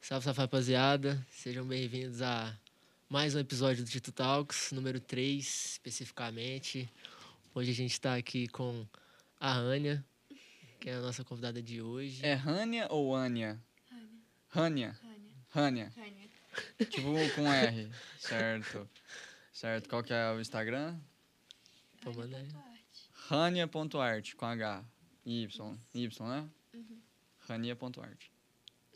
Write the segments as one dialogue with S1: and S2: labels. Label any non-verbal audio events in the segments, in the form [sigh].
S1: Salve, salve, rapaziada. Sejam bem-vindos a mais um episódio do Tito Talks, número 3, especificamente. Hoje a gente está aqui com a Rania, que é a nossa convidada de hoje.
S2: É Rania ou Ania? Rania. Rania. Tipo com R. Certo. Certo. Qual que é o Instagram?
S1: Pô, manda aí.
S2: Rania.art com H. Y. Y, né? Rania.art.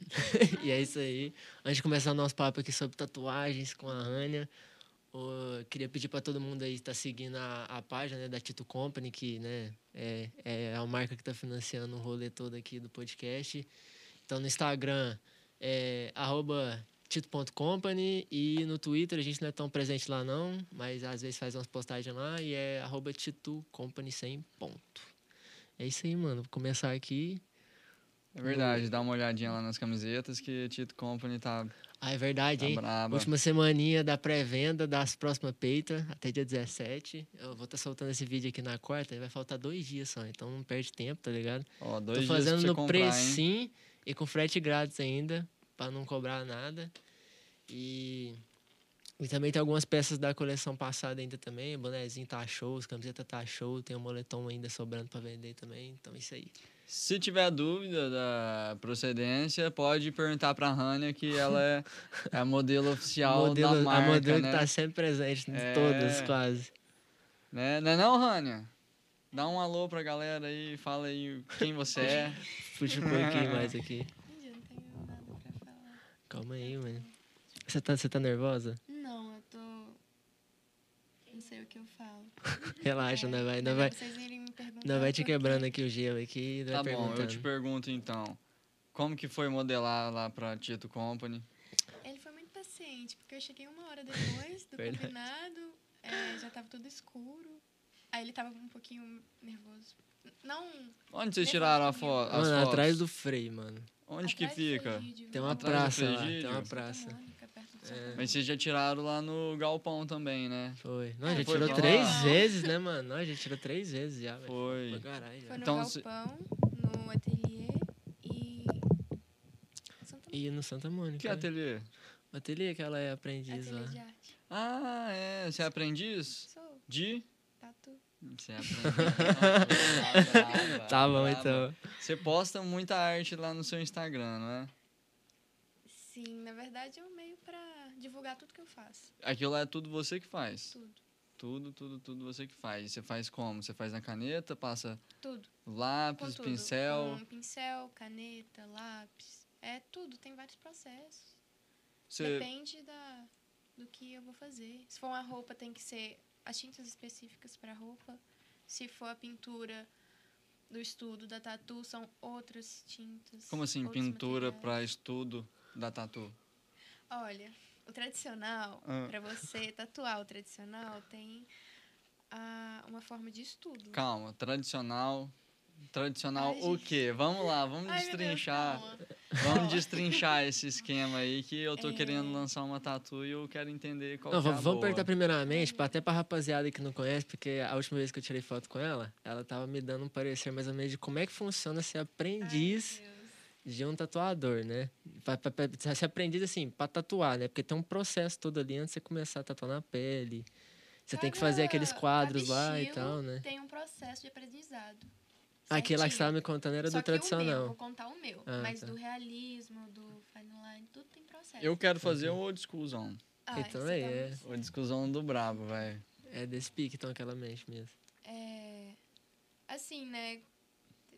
S1: [laughs] e é isso aí. Antes de começar o nosso papo aqui sobre tatuagens com a Rania, ô, queria pedir para todo mundo aí estar seguindo a, a página né, da Tito Company, que né, é, é a marca que está financiando o rolê todo aqui do podcast. Então no Instagram é arroba tito.company e no Twitter a gente não é tão presente lá não, mas às vezes faz umas postagens lá e é arroba Tito Company sem ponto. É isso aí, mano. Vou começar aqui.
S2: É verdade, dá uma olhadinha lá nas camisetas que Tito Company tá,
S1: Ah, é verdade,
S2: tá
S1: hein?
S2: braba.
S1: Última semaninha da pré-venda das próximas peitas, até dia 17. Eu vou estar soltando esse vídeo aqui na quarta, e vai faltar dois dias só, então não perde tempo, tá ligado?
S2: Ó, dois
S1: Tô
S2: dias pra
S1: fazendo
S2: você
S1: no
S2: comprar, hein?
S1: precinho e com frete grátis ainda, pra não cobrar nada. E, e também tem algumas peças da coleção passada ainda também. O bonezinho tá show, as camisetas tá show, tem o moletom ainda sobrando pra vender também, então é isso aí.
S2: Se tiver dúvida da procedência, pode perguntar pra Rania que ela é, é a modelo
S1: A
S2: oficial
S1: [laughs]
S2: da
S1: modelo, a
S2: marca,
S1: modelo
S2: né?
S1: tá sempre presente em
S2: É.
S1: todas, quase.
S2: Né? Não é não, Rania? Dá um alô pra galera aí, fala aí quem você
S1: [laughs]
S2: é.
S1: Puxa um pouquinho mais aqui.
S3: Entendi, eu não tenho nada pra falar.
S1: Calma aí, mano. Você tá, você tá nervosa?
S3: Não, eu tô. Não sei o que eu falo.
S1: Relaxa,
S3: É,
S1: não vai, não
S3: melhor
S1: vai,
S3: Vocês irem me perguntar.
S1: não vai te
S3: por quê.
S1: quebrando aqui o gelo aqui, não
S2: Tá
S1: vai
S2: bom, eu te
S1: perguntando.
S2: pergunto então. Como que foi modelar lá pra Tito Company?
S3: Ele foi muito paciente, porque eu cheguei uma hora depois do
S1: Verdade.
S3: combinado, é, já tava tudo escuro. Aí ele tava um pouquinho nervoso. Não.
S2: Onde vocês
S3: Nesse
S2: tiraram a
S3: caminho.
S2: fo as
S1: Mano,
S2: fotos?
S1: atrás do freio, mano.
S2: Onde que
S3: atrás do
S2: fica?
S3: Flegídio,
S1: Tem uma
S2: Atrás do
S1: praça lá, tem
S2: Flegídio?
S1: uma
S2: Santa
S1: praça.
S3: Santa Mônica, perto do
S1: É.
S3: Santa
S2: Mas vocês já tiraram lá no galpão também, né?
S1: Foi. Não,
S3: É,
S1: já
S2: foi
S1: tirou
S2: pra
S1: três
S3: lá.
S1: vezes, né, mano? Nós já tirou três vezes já, velho.
S2: Foi.
S1: Pra caralho, já.
S3: Foi no
S2: Então, se-
S3: galpão, no ateliê e. Santa
S1: E no Santa Mônica.
S2: Que é
S1: né?
S2: ateliê?
S1: O ateliê que ela é aprendiz
S3: Ateliê de
S1: lá.
S3: arte.
S2: Ah, é. Você é aprendiz?
S3: Sou tá
S2: De?
S3: tatu.
S2: Você é aprendiz. Brava,
S1: [laughs] Tá bom,
S2: brava.
S1: então.
S2: Você posta muita arte lá no seu Instagram, não é?
S3: Sim, na verdade é um meio pra divulgar tudo que eu faço.
S2: Aquilo lá é tudo você que faz.
S3: Tudo.
S2: Tudo, tudo, tudo você que faz. E Você faz como? Você faz na caneta, passa
S3: Tudo. Com
S2: lápis,
S3: tudo.
S2: pincel.
S3: Com pincel, caneta, lápis. É tudo, tem vários processos.
S2: Você,
S3: Depende da, do que eu vou fazer. Se for uma roupa, tem que ser as tintas específicas pra roupa. Se for a pintura do estudo da tatu, são outras tintas.
S2: como assim,
S3: outros
S2: pintura
S3: materiais.
S2: pra estudo da tatu?
S3: Olha, o tradicional,
S2: Ah.
S3: pra você tatuar o tradicional, tem ah, uma forma de estudo.
S2: Calma, tradicional. Tradicional
S3: Ai,
S2: o
S3: gente.
S2: quê? Vamos lá, vamos
S3: Ai, meu Deus,
S2: um destrinchar.
S3: calma.
S2: Vamos
S3: Ó.
S2: destrinchar esse esquema aí que eu tô
S3: É.
S2: querendo lançar uma tatu e eu quero entender qual
S1: Não,
S2: que é a
S1: vamos, vamos
S2: boa.
S1: perguntar primeiramente, pra, até pra rapaziada que não conhece, porque a última vez que eu tirei foto com ela, ela tava me dando um parecer mais ou menos de como é que funciona ser
S3: Ai,
S1: aprendiz
S3: Deus.
S1: de um tatuador, né? Pra, pra, pra, ser aprendiz, assim, pra tatuar, né? Porque tem um processo todo ali antes de você começar a tatuar na pele. Você tem que fazer
S3: Cada-
S1: aqueles
S3: cada
S1: quadros lá e
S3: estilo
S1: tal, né?
S3: Tem um processo de aprendizado.
S1: Aquilo lá que você
S3: certinho.
S1: tava me contando era
S3: Só
S1: do
S3: que um o meu,
S1: tradicional.
S3: vou contar o meu.
S1: Ah,
S3: mas
S1: tá.
S3: do realismo, do final tudo tem processo.
S2: Eu
S1: É.
S2: quero fazer o old schoolzão.
S3: Ah,
S1: Então
S3: esse
S1: aí
S3: tá
S1: é.
S3: muito-
S2: Old schoolzão do brabo, vai.
S1: É desse pique, então, que ela mexe mesmo.
S3: é, Assim, né?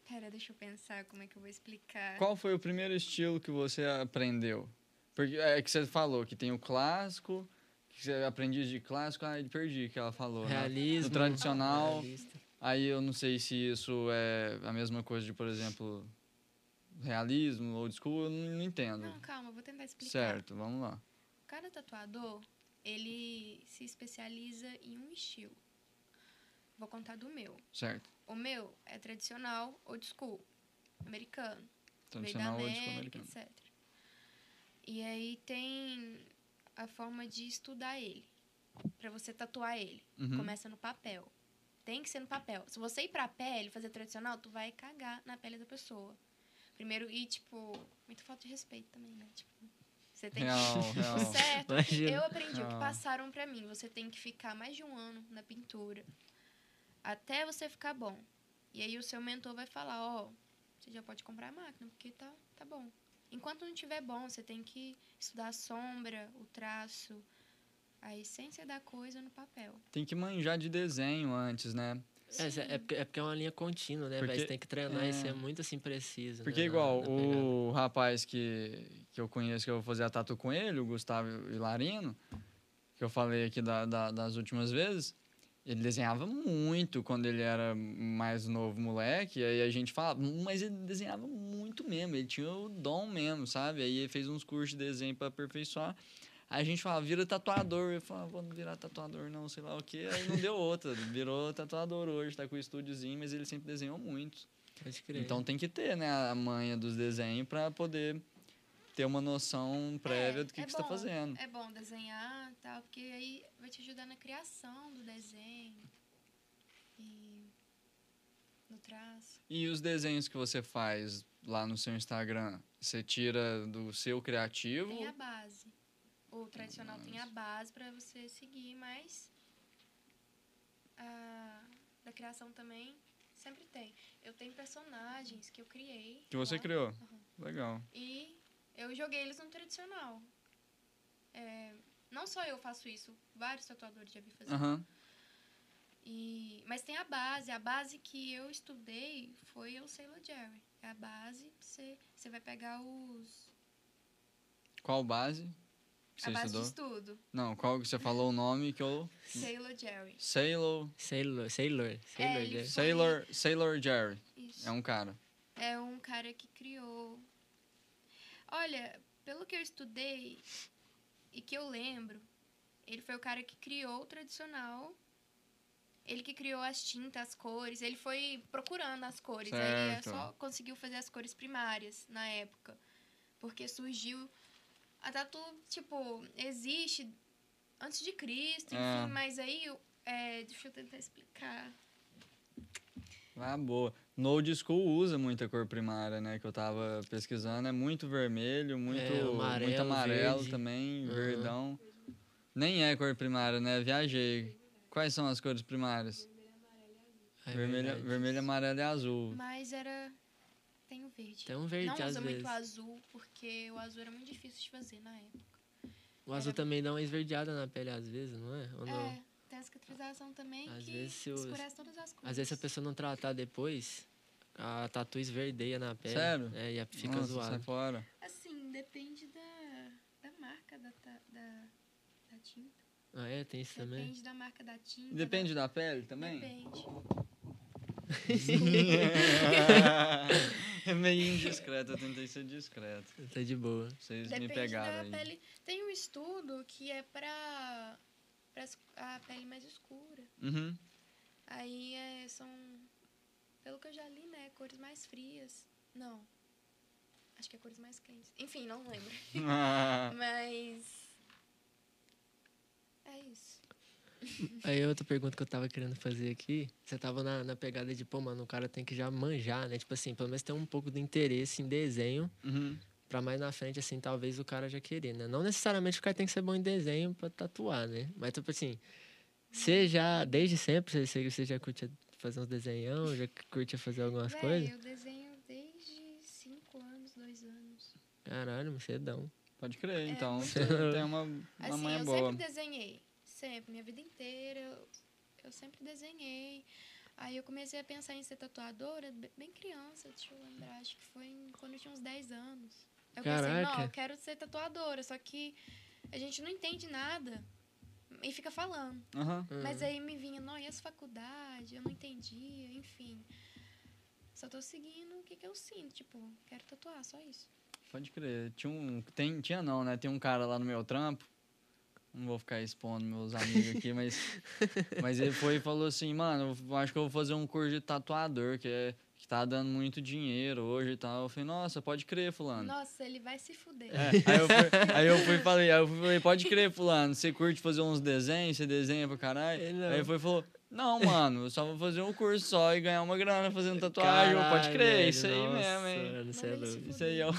S3: Pera, deixa eu pensar como é que eu vou explicar.
S2: Qual foi o primeiro estilo que você aprendeu? Porque é que você falou que tem o clássico, que você aprendiz de clássico, aí perdi que ela falou, né?
S1: Realismo.
S2: Do tradicional.
S1: realista.
S2: Aí eu não sei se isso é a mesma coisa de, por exemplo, realismo, old school, eu não, não entendo.
S3: Não, calma, eu vou tentar explicar.
S2: certo, vamos lá.
S3: Cada tatuador, ele se especializa em um estilo. Vou contar do meu.
S2: Certo.
S3: O meu é tradicional, old school, americano. veio da
S2: Tradicional, old school
S3: América,
S2: americano.
S3: etc. E aí tem a forma de estudar ele, Pra você tatuar ele.
S2: Uhum.
S3: Começa no papel. Tem que ser no papel. Se você ir pra pele, fazer tradicional, tu vai cagar na pele da pessoa. Primeiro, e tipo, muita falta de respeito também, né? Tipo, Você tem
S2: Real,
S3: [laughs] que...
S2: real.
S3: Certo?
S1: Imagina.
S3: Eu aprendi o que
S2: Não.
S3: passaram pra mim. Você tem que ficar mais de um ano na pintura até você ficar bom. E aí o seu mentor vai falar, ó, você já pode comprar a máquina porque tá tá bom. Enquanto não tiver bom, você tem que estudar a sombra, o traço, a essência da coisa no papel.
S2: Tem que manjar de desenho antes, né?
S1: É, cê- é porque, é porque é uma linha contínua, né, velho?
S2: Porque-
S1: Você tem que treinar
S2: é.
S1: e ser muito assim preciso.
S2: Porque
S1: né, na-
S2: igual
S1: na pegada.
S2: o rapaz que, que eu conheço, que eu vou fazer a tatu com ele, o Gustavo Hilarino, que eu falei aqui da- da- das últimas vezes, ele desenhava muito quando ele era mais novo moleque, e aí a gente falava, mas ele desenhava muito mesmo, ele tinha o dom mesmo, sabe? Aí ele fez uns cursos de desenho para aperfeiçoar. Aí a gente falava, vira tatuador. Eu falava, vou não virar tatuador não, sei lá o quê. Aí não deu outra, virou tatuador hoje, tá com o estúdiozinho, mas ele sempre desenhou muito.
S1: Pode crer.
S2: Então tem que ter, né, a manha dos desenhos para poder ter uma noção prévia do que,
S3: é
S2: que você tá
S3: bom.
S2: fazendo.
S3: É bom desenhar e tal, porque aí vai te ajudar na criação do desenho e no traço.
S2: E os desenhos que você faz lá no seu Instagram, você tira do seu criativo?
S3: Tem a base. O tradicional tem a base pra você seguir, mas a da criação também sempre tem. Eu tenho personagens que eu criei.
S2: Que você
S3: lá,
S2: criou.
S3: Aham.
S2: Legal.
S3: E eu joguei eles no tradicional. É, não só eu faço isso, vários tatuadores já vi fazer.
S2: Aham.
S3: E, mas tem a base. A base que eu estudei foi o Sailor Jerry. É a base, você, você vai pegar os.
S2: Qual base que você
S3: a base
S2: estudou? Hum.
S3: de estudo.
S2: Não, qual que você falou o nome que eu...
S3: Sailor Jerry.
S2: Sailor...
S1: Sailor, Sailor, Sailor,
S3: ele
S1: né?
S3: foi-
S2: Sailor, Sailor Jerry.
S3: Isso.
S2: É um cara.
S3: É um cara que criou. Olha, pelo que eu estudei e que eu lembro, ele foi o cara que criou o tradicional. Ele que criou as tintas, as cores. Ele foi procurando as cores. Aí é
S2: Certo.
S3: só conseguiu fazer as cores primárias na época. Porque surgiu. A tatu, tipo, existe antes de Cristo,
S2: É.
S3: enfim. Mas aí. é, deixa eu tentar explicar.
S2: Ah, boa. No old school usa muita cor primária, né? Que eu tava pesquisando. É muito vermelho, muito,
S1: É, amarelo,
S2: muito amarelo
S1: verde.
S2: também,
S1: Aham.
S2: verdão. Nem é cor primária, né? Viajei. Quais são as cores primárias?
S1: É
S2: vermelho,
S1: verdade.
S2: vermelho, amarelo e azul.
S3: Mas era. Tem o verde.
S1: Tem um verde
S3: não
S1: às
S3: usa
S1: vezes.
S3: muito azul, porque o azul era muito difícil de fazer é? na época.
S1: O azul
S3: Era-
S1: também dá uma esverdeada na pele às vezes, não é? Ou não?
S3: É, tem a cicatrização também
S1: Às
S3: que
S1: vezes se eu-
S3: escurece todas as cores.
S1: Às vezes se a pessoa não tratar depois, a tatu esverdeia na pele.
S2: Sério?
S1: É, e a- fica
S2: Nossa, sai
S1: zoada.
S2: fora.
S3: Assim, depende da, da marca da, ta- da, da tinta.
S1: Ah, é? Tem isso também?
S3: Depende da marca da tinta.
S2: Depende da pele
S3: da...
S2: também?
S3: Depende.
S2: [laughs] é meio indiscreto, eu tentei ser discreto.
S1: Tá de boa.
S2: Vocês
S3: Depende
S2: me pegaram
S3: da
S2: aí.
S3: pele. Tem um estudo que é pra, pra es- a pele mais escura.
S2: Uhum. [laughs]
S3: Aí é, são, pelo que eu já li, né? Cores mais frias. Não. Acho que é cores mais quentes. Enfim, não lembro. Mas. É isso.
S1: Aí outra pergunta que eu tava querendo fazer aqui, você tava na, na pegada de, pô, mano, o cara tem que já manjar, né? Tipo assim, pelo menos ter um pouco de interesse em desenho,
S2: Uhum.
S1: pra mais na frente, assim, talvez o cara já querer, né? Não necessariamente o cara tem que ser bom em desenho pra tatuar, né? Mas, tipo assim, você já, desde sempre, você- você, você já curtia fazer uns desenhão, já curtia fazer algumas
S3: Véi,
S1: coisas?
S3: eu desenho desde 5 anos, 2 anos.
S1: Caralho, é mas cedão.
S2: Pode crer,
S3: É,
S2: então.
S3: muito-
S2: Você tem uma, uma
S3: Assim,
S1: é
S2: manha
S3: eu
S2: boa.
S3: sempre desenhei. Sempre, minha vida inteira. Eu, eu sempre desenhei. Aí eu comecei a pensar em ser tatuadora be- bem criança, deixa eu lembrar, acho que foi em- quando eu tinha uns 10 anos. Eu pensei, não,
S1: Caraca.
S3: eu quero ser tatuadora, só que a gente não entende nada e fica falando.
S2: Aham.
S3: Mas
S1: Hum.
S3: aí me vinha, não, e essa faculdade? Eu não entendia, enfim. Só tô seguindo o que, que eu sinto, tipo, quero tatuar, só isso.
S2: Pode crer. Tinha um. Tem, tinha não, né? Tem um cara lá no meu trampo. Não vou ficar expondo meus amigos aqui, mas. Mas ele foi e falou assim, mano, eu acho que eu vou fazer um curso de tatuador, que, é, que tá dando muito dinheiro hoje e tal. Eu falei, nossa, pode crer, fulano.
S3: Nossa, ele vai se fuder.
S2: É, aí, eu fui, aí eu fui e falei, aí eu fui e falei, pode crer, fulano, você curte fazer uns desenhos, você desenha pra caralho?
S1: Ele não.
S2: Aí ele foi e falou, Não, mano, eu só vou fazer um curso só e ganhar uma grana fazendo tatuagem. Ô, pode crer,
S1: velho,
S2: isso aí
S1: nossa,
S2: mesmo, hein?
S1: mano, cê é
S3: Manda ele se
S1: louco.
S2: Isso aí é o...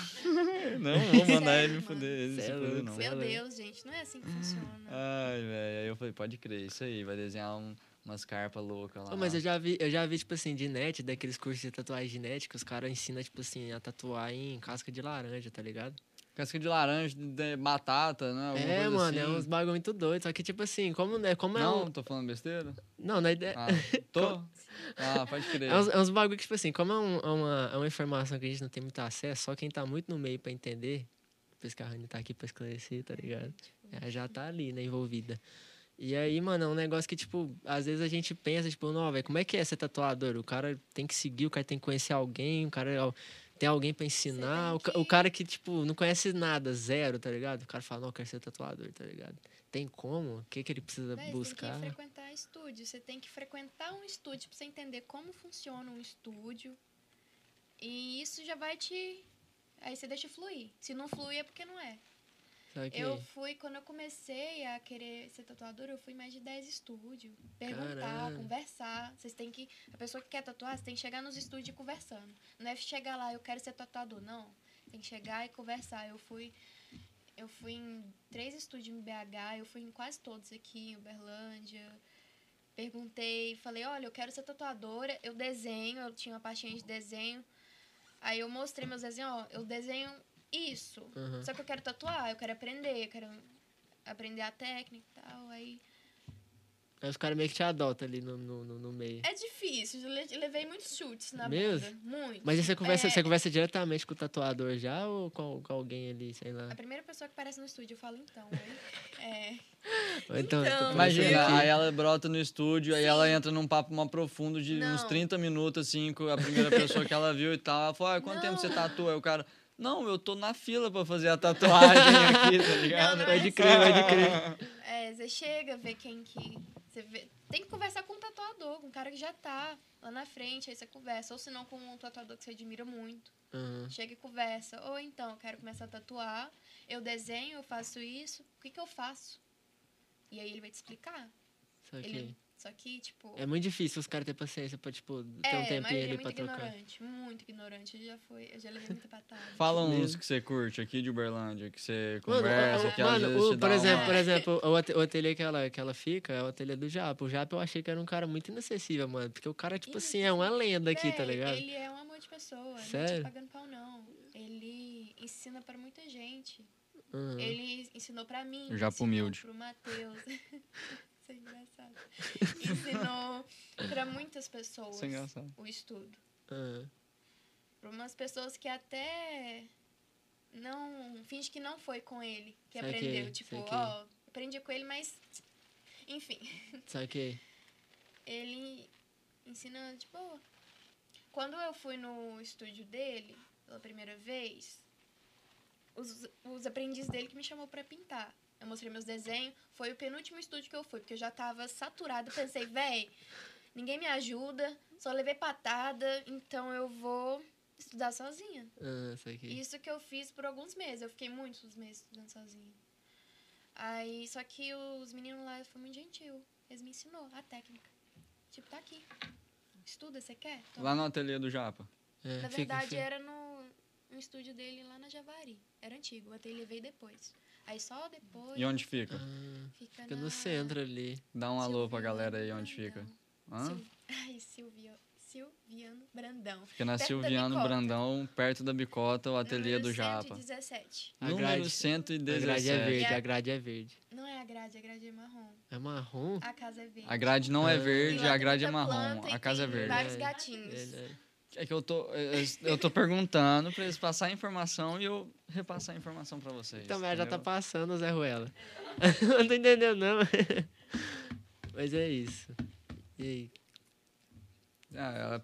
S2: Não vou
S1: [laughs]
S2: mandar ele me fuder, ele
S1: Cê
S2: se
S1: é
S2: fuder,
S1: louco,
S2: não.
S1: cê é
S3: Meu
S1: velho.
S3: Deus, gente, não é assim que funciona.
S2: Ai, velho. Aí eu falei, pode crer, isso aí. Vai desenhar um- umas carpas loucas lá.
S1: Ô, mas eu já vi, eu já vi, tipo assim, de net, daqueles cursos de tatuagem genética, os caras ensinam, tipo assim, a tatuar em casca de laranja, tá ligado?
S2: Casca de laranja, de- de batata, né? Alguma
S1: é,
S2: coisa
S1: mano,
S2: assim.
S1: é uns bagulho muito doido. Só que, tipo assim, como, né, como é
S2: Não,
S1: um.
S2: tô falando besteira?
S1: Não, na ideia.
S2: Ah,
S1: [laughs]
S2: tô? Ah, pode crer.
S1: É uns, é uns bagulho que, tipo assim, como é, um- é uma, é uma informação que a gente não tem muito acesso, só quem tá muito no meio pra entender, por isso que a Rani tá aqui pra esclarecer, tá ligado? Ela já tá ali, né, envolvida. E aí, mano, é um negócio que, tipo, às vezes a gente pensa, tipo, não, velho, como é que é ser tatuador? O cara tem que seguir, o cara tem que conhecer alguém, o cara é al- tem alguém pra ensinar.
S3: tem
S1: O, ca-
S3: que-
S1: o cara que, tipo, não conhece nada, zero, tá ligado? O cara fala, não, eu quero ser tatuador, tá ligado? Tem como? O que, que ele precisa
S3: Mas
S1: buscar?
S3: tem que frequentar estúdio. Você tem que frequentar um estúdio pra você entender como funciona um estúdio. E isso já vai te. Aí você deixa fluir. Se não fluir é porque não é.
S1: Só que-
S3: Eu fui, quando eu comecei a querer ser tatuadora, eu fui em mais de 10 estúdios. Perguntar,
S1: Caralho.
S3: conversar. Vocês têm que. A pessoa que quer tatuar, você tem que chegar nos estúdios e ir conversando. Não é chegar lá, eu quero ser tatuador, não. Tem que chegar e conversar. Eu fui. Eu fui em três estúdios em BH, eu fui em quase todos aqui, em Uberlândia. Perguntei, falei, olha, eu quero ser tatuadora, eu desenho, eu tinha uma pastinha de desenho. Aí eu mostrei meus desenhos, ó, eu desenho isso.
S1: Aham.
S3: Só que eu quero tatuar, eu quero aprender, eu quero aprender a técnica e tal. Aí
S1: Aí os caras meio que te adotam ali no, no, no, no meio.
S3: é difícil, eu le- levei muitos chutes na
S1: Mesmo?
S3: bunda, muito.
S1: Mas aí você conversa,
S3: É.
S1: você conversa diretamente com o tatuador já ou com, com alguém ali, sei lá?
S3: A primeira pessoa que aparece no estúdio, eu falo então, oi. É,
S1: Ou Então, eu tô
S3: Então,
S1: pensando
S2: Imagina,
S1: aqui.
S2: aí ela brota no estúdio, aí ela entra num papo mais profundo de uns
S3: Não.
S2: 30 minutos, assim, com a primeira pessoa que ela viu e tal. Ela falou, ah, quanto tempo você
S3: Não.
S2: tatua? Aí o cara, não, eu tô na fila pra fazer a tatuagem
S1: [laughs]
S2: aqui, tá ligado?
S3: não é
S1: Pode crer,
S3: assim.
S1: pode crer.
S3: é, você chega, vê quem que. Você vê- Tem que conversar com um tatuador, com um cara que já tá lá na frente, aí você conversa. Ou se não, com um tatuador que você admira muito.
S1: Aham.
S3: Chega e conversa. Ou então, eu quero começar a tatuar, eu desenho, eu faço isso, o que, que eu faço? E aí ele vai te explicar.
S1: Só que
S3: Ele, é só que, tipo.
S1: É muito difícil os caras terem paciência pra, tipo, ter um
S3: é, mas
S1: tempinho
S3: ele é
S1: ali
S3: muito
S1: pra trocar.
S3: ignorante, muito ignorante. Eu já fui, eu já levei muita patada.
S2: Fala
S1: Mesmo.
S2: uns que você curte aqui de Uberlândia, que você
S1: Mano,
S2: conversa,
S1: o-
S2: que é um
S1: o-
S2: às
S1: mano,
S2: vezes te
S1: o, por,
S2: dá
S1: exemplo,
S2: uma...
S1: por exemplo, o ate- o ateliê que ela, que ela fica é o ateliê do Japa. O Japa eu achei que era um cara muito inacessível, mano. Porque o cara, tipo assim, é uma lenda aqui, tá
S3: Véi,
S1: ligado?
S3: Ele é um amor de pessoa, ele não
S1: Sério?
S3: tá pagando pau, não. Ele ensina pra muita gente.
S1: Aham.
S3: Ele ensinou pra mim.
S2: Eu já pro
S3: ensinou
S2: humilde.
S3: Pro Matheus. [laughs] Isso é engraçado. Ensinou pra muitas pessoas
S2: Isso é engraçado.
S3: o estudo.
S1: Aham.
S3: Pra umas pessoas que até não. finge que não foi com ele que
S1: Saquei,
S3: aprendeu. Tipo,
S1: saquei.
S3: ó, aprendi com ele, mas. Enfim.
S1: Só que.
S3: ele ensina de boa. Quando eu fui no estúdio dele pela primeira vez, os, os aprendizes dele que me chamou pra pintar. Eu mostrei meus desenhos, foi o penúltimo estúdio que eu fui, porque eu já tava saturada, pensei, véi, ninguém me ajuda, só levei patada, então eu vou estudar sozinha.
S1: ah, só que.
S3: Isso que eu fiz por alguns meses. Eu fiquei muitos meses estudando sozinha. Aí, só que os meninos lá foram muito gentil. Eles me ensinou a técnica. Tipo, tá aqui. Estuda, você quer? Toma.
S2: Lá no ateliê do Japa.
S1: É,
S3: Na
S1: fica-
S3: verdade,
S1: fica-
S3: era no, no estúdio dele lá na Javari. Era antigo, o ateliê veio depois. Aí só depois...
S2: E onde fica?
S1: Ah,
S3: Fica,
S1: fica
S3: na-
S1: no centro ali.
S2: Dá um alô pra
S3: Silviano
S2: galera aí onde
S3: Brandão.
S2: fica. Hã?
S3: Sil- [laughs] Ai, Silvio... Silviano Brandão.
S2: Fica na
S3: Perto da
S2: Silviano
S3: Bicota.
S2: Brandão, perto da Bicota, o ateliê do Japa.
S3: 117.
S1: A
S2: Número
S1: grade- A grade é
S2: 117.
S1: verde,
S3: É.
S1: a grade é verde.
S3: Não é a grade, a grade é marrom.
S1: É marrom?
S3: A casa é verde.
S2: A grade não é
S1: Ah.
S3: E
S2: verde,
S3: lá
S2: a
S3: tem
S2: grade é
S3: muita
S2: marrom,
S3: planta e
S2: a casa é
S3: tem
S2: verde.
S3: Vários
S1: É.
S3: gatinhos.
S1: Verdade.
S2: É que eu tô, eu, eu tô perguntando pra eles passarem a informação e eu repassar a informação pra vocês.
S1: Então, mas já tá
S2: entendeu?
S1: passando, Zé Ruela. [laughs] não tô entendendo, não. [laughs] Mas é isso. E aí?
S2: Ah, ela é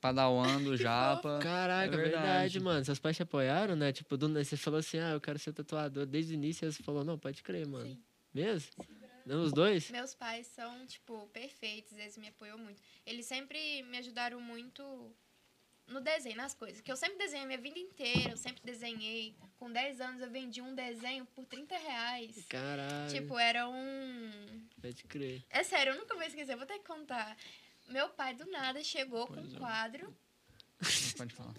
S2: padawan
S3: [laughs]
S2: do Japa.
S1: Caraca,
S2: É
S1: verdade.
S2: verdade.
S1: mano. Seus pais te apoiaram, né? Tipo, do, você falou assim, ah, eu quero ser tatuador. Desde o início, você falou, não, pode crer, mano.
S3: Sim.
S1: Mesmo? Não, os dois?
S3: Meus pais são, tipo, perfeitos, eles me apoiam muito. Eles sempre me ajudaram muito no desenho, nas coisas. Que eu sempre desenhei a minha vida inteira, eu sempre desenhei. Com 10 anos eu vendi um desenho por 30 reais.
S1: Caralho.
S3: Tipo, era um.
S1: Pode crer.
S3: É sério, eu nunca vou esquecer, eu vou ter que contar. Meu pai do nada chegou com
S2: Pois
S3: um
S2: é.
S3: quadro.
S2: Pode falar.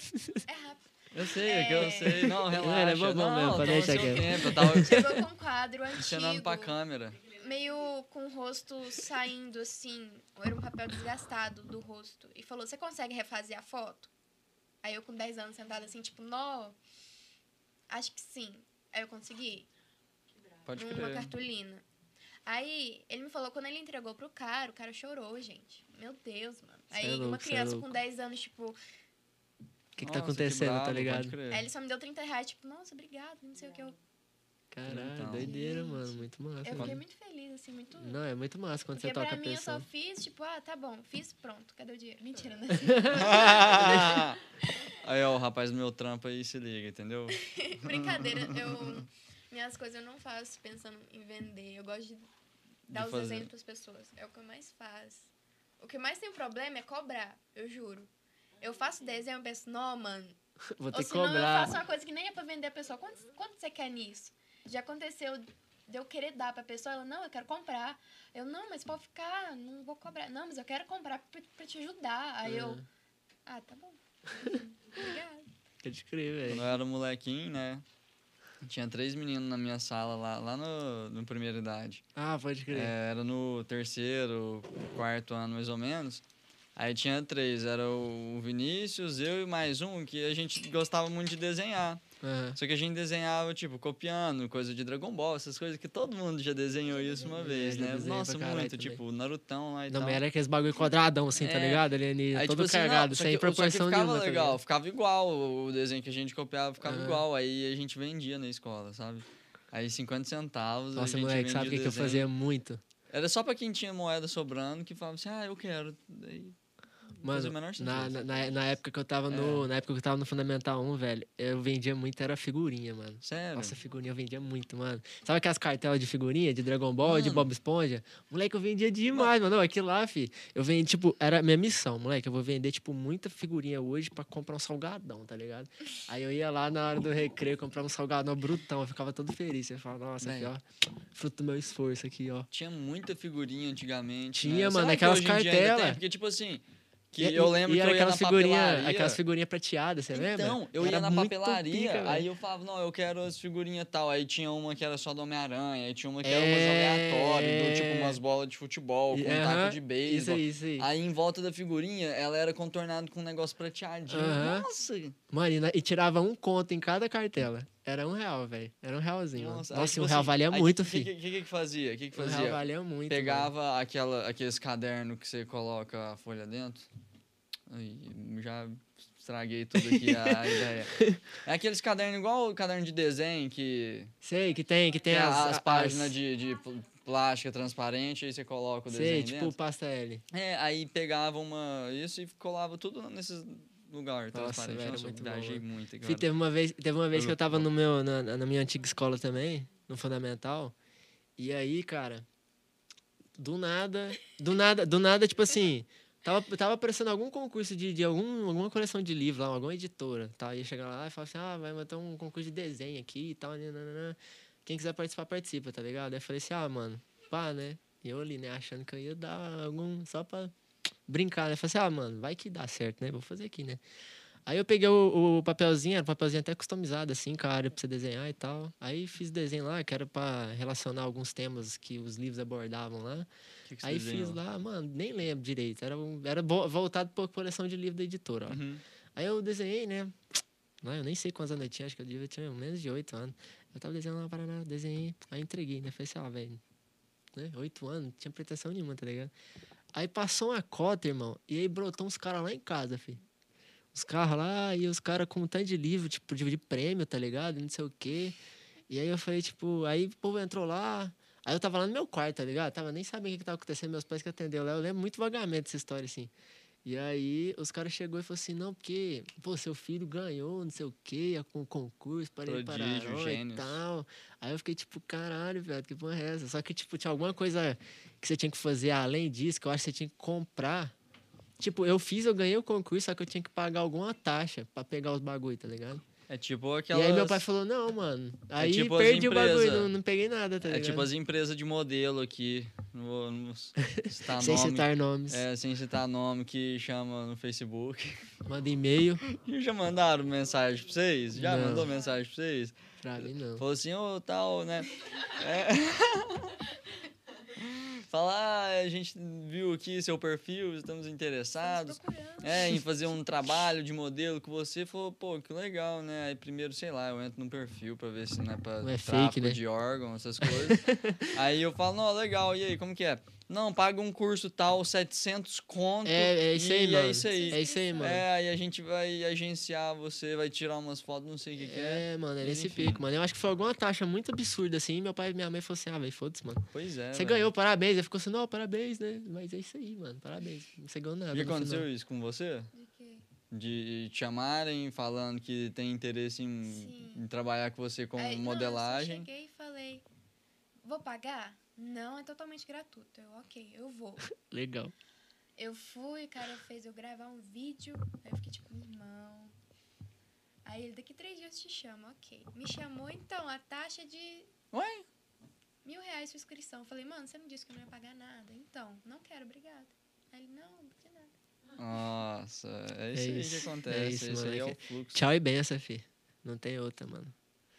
S3: É rápido.
S2: Eu sei, é... que eu sei. Não, relaxa.
S1: Ele é bobão
S2: não,
S1: mesmo,
S2: tô
S1: pode
S2: no
S1: deixar
S2: seu
S1: quieto. [laughs]
S2: tempo, eu tava
S3: Chegou com
S2: [laughs]
S3: um quadro
S2: ensinando pra
S3: antigo,
S2: câmera.
S3: meio com o rosto saindo assim. Era um papel desgastado do rosto. E falou: Você consegue refazer a foto? Aí eu, com 10 anos, sentada assim, tipo, nó. Acho que sim. Aí eu consegui.
S2: Pode
S3: numa
S1: é.
S2: crer.
S3: cartolina. Aí ele me falou, quando ele entregou pro cara, o cara chorou, gente. Meu Deus, mano.
S1: Cê é
S3: aí uma
S1: louco, cê é
S3: criança
S1: louco.
S3: com 10 anos, tipo,
S1: O que, que tá
S2: Nossa,
S1: acontecendo,
S2: brabo,
S1: tá
S2: pode
S1: ligado?
S2: crer. [laughs]
S3: aí É, ele só me deu 30 reais, tipo, nossa, obrigado, não sei o que. Eu,
S1: Caralho,
S2: Então.
S1: doideira, mano. Muito massa.
S3: eu
S1: mano.
S3: fiquei muito feliz, assim, muito.
S1: Não, é muito massa quando
S3: Porque
S1: você toca
S3: pra
S1: a
S3: mim eu só
S1: pessoa.
S3: fiz, tipo, ah, tá bom, fiz, pronto, cadê o dinheiro?
S1: [laughs]
S3: Mentira, né?
S2: aí, ó, o rapaz do meu trampo aí se liga, entendeu?
S1: [laughs]
S3: Brincadeira, eu. Minhas coisas eu não faço pensando em vender. Eu gosto de dar
S2: De
S3: os
S2: fazer.
S3: desenhos pras pessoas. É o que eu mais faço. O que mais tem problema é cobrar, eu juro. Eu faço desenho e penso, não, mano.
S1: Vou
S3: Ou
S1: ter que
S3: senão eu faço
S1: cobrar.
S3: uma coisa que nem é pra vender a pessoa. Quanto, quanto você quer nisso? Já aconteceu de eu querer dar pra pessoa, ela, não, eu quero comprar. Eu, não, mas pode ficar, não vou cobrar. Não, mas eu quero comprar pra, pra te ajudar. Aí eu,
S1: Ah,
S3: ah, tá bom. [laughs] Obrigada.
S1: Pode crer,
S2: Quando
S1: velho.
S2: eu era molequinho, né? Tinha três meninos na minha sala lá, lá no, no primeira idade.
S1: Ah, pode crer.
S2: É, era no terceiro, quarto ano, mais ou menos. Aí tinha três, era o Vinícius, eu e mais um, que a gente gostava muito de desenhar.
S1: Aham.
S2: Só que a gente desenhava, tipo, copiando, coisa de Dragon Ball, essas coisas que todo mundo já desenhou isso uma vez,
S1: já
S2: né?
S1: desenhei
S2: Nossa,
S1: pra caralho
S2: muito,
S1: também.
S2: tipo, Narutão lá e
S1: Não,
S2: tal.
S1: mas era aqueles bagulho quadradão, assim, tá
S2: É.
S1: ligado? Alienígena,
S2: Aí,
S1: todo
S2: tipo assim, não,
S1: cargado,
S2: só
S1: sem
S2: que- só que
S1: proporção
S2: ficava
S1: nenhuma. tá
S2: legal,
S1: ligado?
S2: ficava igual o desenho que a gente copiava, ficava
S1: Ah.
S2: igual. Aí a gente vendia na escola, sabe? Aí 50 centavos. a
S1: Nossa,
S2: gente
S1: moleque, sabe
S2: vendia
S1: o que, que eu fazia
S2: desenho.
S1: muito?
S2: Era só pra quem tinha moeda sobrando que falava assim, ah, eu quero. Daí,
S1: Mano,
S2: o menor sentido. É.
S1: na, na, na- na época que eu tava no. Na época que eu tava no Fundamental 1, velho, eu vendia muito, era figurinha, mano.
S2: sério.
S1: Nossa, figurinha eu vendia muito, mano. Sabe aquelas cartelas de figurinha, de Dragon Ball, de
S2: Mano.
S1: Bob Esponja? Moleque, eu vendia demais, mano. Aquilo lá, fi. Eu vendi, tipo, era minha missão, moleque. Eu vou vender, tipo, muita figurinha hoje pra comprar um salgadão, tá ligado? Aí eu ia lá na hora do recreio comprar um salgadão brutão. Eu ficava todo feliz. Eu falava, nossa, aqui,
S2: Bem.
S1: ó. Fruto do meu esforço aqui, ó.
S2: Tinha muita figurinha antigamente.
S1: Tinha, mano,
S2: né? Será que
S1: aquelas
S2: hoje em dia ainda
S1: cartela.
S2: tem? Porque, tipo assim, que
S1: E-
S2: eu
S1: e-
S2: lembro
S1: e
S2: que
S1: era
S2: eu ia na
S1: aquelas figurinha,
S2: papelaria.
S1: aquelas figurinha prateadas, você lembra?
S2: Então, eu ia
S1: né? Era
S2: na
S1: muito
S2: papelaria,
S1: pica, velho.
S2: aí eu falava, não, eu quero as figurinhas tal. Aí tinha uma que era só do Homem-Aranha, aí tinha uma que era
S1: É.
S2: umas aleatórias, do, tipo umas bolas de futebol, com
S1: E-
S2: um taco
S1: aham,
S2: de
S1: Isso
S2: beisebol.
S1: aí, isso aí.
S2: Aí em volta da figurinha, ela era contornada com um negócio prateadinho.
S1: Aham.
S2: Nossa!
S1: Mano, e, na- e tirava um conto em cada cartela. Era um real, velho. Era um realzinho. Nossa,
S2: aí,
S1: nossa
S2: tipo
S1: um real
S2: assim,
S1: valia
S2: aí
S1: muito,
S2: que,
S1: filho.
S2: que, que, que fazia? O que, que
S1: Um real
S2: fazia?
S1: valia muito. mano.
S2: Pegava aquela, aqueles cadernos que você coloca a folha dentro. Ai, já estraguei tudo aqui
S1: [laughs]
S2: a ideia. É aqueles cadernos igual o caderno de desenho que
S1: Sei, que tem, que tem
S2: Tem
S1: as,
S2: é as,
S1: as-
S2: páginas de, de pl- plástica transparente, aí você coloca o
S1: Sei,
S2: desenho
S1: tipo
S2: dentro.
S1: pastel.
S2: É, aí pegava uma... Isso e colava tudo nesses lugares
S1: Nossa,
S2: transparentes.
S1: velho,
S2: Nossa, eu
S1: muito bom,
S2: viajei muito.
S1: Fih,
S2: agora.
S1: teve uma vez, teve uma vez que eu tava
S2: Uhum.
S1: no meu, na, na na minha antiga escola também, no fundamental. E aí, cara, do nada, do nada, do nada, tipo assim, tava, tava aparecendo algum concurso de, de algum, alguma coleção de livro lá, alguma editora, tal. Ia chegar lá e falar assim, ah, vai botar um concurso de desenho aqui e tal, né, nananã. Quem quiser participar, participa, tá ligado? Aí eu falei assim, ah, mano, pá, né? E eu ali, né, achando que eu ia dar algum, só pra brincar, né? Falei assim, ah, mano, vai que dá certo, né? Vou fazer aqui, né? Aí eu peguei o, o papelzinho, era um papelzinho até customizado, assim, com a área pra você desenhar e tal. Aí fiz desenho lá, que era pra relacionar alguns temas que os livros abordavam lá.
S2: O que que você
S1: Aí
S2: desenhou?
S1: fiz lá, mano, nem lembro direito. Era, um- era bo- voltado pra coleção de livro da editora, ó.
S2: Uhum.
S1: Aí eu desenhei, né? Não, eu nem sei quantos anos eu tinha, acho que eu devia ter menos de oito anos. Eu tava desenhando lá, Paraná, desenhei, aí entreguei, né? Falei assim, ah, velho, né? Oito anos, não tinha pretensão nenhuma, tá ligado? Aí passou uma cota, irmão, e aí brotou uns caras lá em casa, filho. Os caras lá, e os caras com um tanto de livro, tipo, de, de prêmio, tá ligado? Não sei o quê. E aí eu falei, tipo, aí o povo entrou lá. Aí eu tava lá no meu quarto, tá ligado? Tava nem sabendo o que, que tava acontecendo, meus pais que atenderam lá. Eu lembro muito vagamente dessa história, assim. E aí os caras chegou e falou assim, não, porque pô, seu filho ganhou, não sei o quê, com o concurso, parei
S2: Prodígio,
S1: pararó e
S2: gênios.
S1: tal. Aí eu fiquei tipo, caralho, velho, que porra é essa? Só que, tipo, tinha alguma coisa que você tinha que fazer além disso, que eu acho que você tinha que comprar. Tipo, eu fiz, eu ganhei o concurso, só que eu tinha que pagar alguma taxa pra pegar os bagulho, tá ligado?
S2: É tipo aquelas...
S1: E aí meu pai falou, não, mano. Aí
S2: tipo as
S1: perdi o
S2: empresa-
S1: bagulho, não, não peguei nada, tá
S2: É
S1: ligado?
S2: tipo as empresas de modelo aqui. não vou, não vou
S1: [laughs]
S2: citar
S1: Sem
S2: nome.
S1: citar nomes.
S2: É, sem citar nome que chama no Facebook. [laughs]
S1: Manda e-mail.
S2: E já mandaram mensagem pra vocês? Já
S1: Não.
S2: mandou mensagem pra vocês?
S1: Pra mim, não.
S2: Falou assim, ô tal, né? É. [laughs] Falar, a gente viu aqui seu perfil, estamos interessados.
S3: Estamos procurando.
S2: É, em fazer um trabalho de modelo com você, falou, pô, que legal, né? Aí primeiro, sei lá, eu entro no perfil pra ver se não é pra
S1: Não é fake,
S2: tráfico
S1: né?
S2: de órgão,
S1: [laughs]
S2: essas coisas. aí eu falo, não, legal, e aí, como que é? Não, paga um curso tal, 700 conto.
S1: É, é isso aí,
S2: e
S1: mano.
S2: É isso aí.
S1: É isso aí, mano.
S2: É, aí a gente vai agenciar você, vai tirar umas fotos, não sei o que, que é.
S1: É, mano, é nesse
S2: Enfim.
S1: pico, mano. Eu acho que foi alguma taxa muito absurda, assim. Meu pai e minha mãe falaram assim: ah, velho, foda-se, mano.
S2: Pois é.
S1: Você
S2: velho.
S1: ganhou, parabéns. Aí ficou assim: não, parabéns, né? Mas é isso aí, mano, parabéns. Não você ganhou nada.
S2: Já
S1: no final.
S2: aconteceu isso com você?
S3: De quê?
S2: De te chamarem falando que tem interesse em,
S3: Sim.
S2: em trabalhar com você com
S3: Aí, É, não,
S2: modelagem.
S3: eu só cheguei e falei, vou pagar? Não, é totalmente gratuito. Eu, ok,
S2: [laughs]
S3: eu vou.
S1: Legal.
S3: Eu fui, o cara fez eu gravar um vídeo. Aí eu fiquei tipo, meu irmão. Aí ele, daqui três dias te chama, ok. Me chamou, então, a taxa de
S2: Ué?
S3: mil reais sua inscrição. Eu falei, mano, você me disse que eu não ia pagar nada. Então, não quero, obrigada. Aí ele, não, não de nada.
S2: Nossa, é isso, aí
S1: isso,
S2: que
S1: é
S2: acontece. É isso,
S1: isso, mano,
S2: aí é
S1: é
S2: o fluxo.
S1: Tchau e benção, fi. Não tem outra, mano.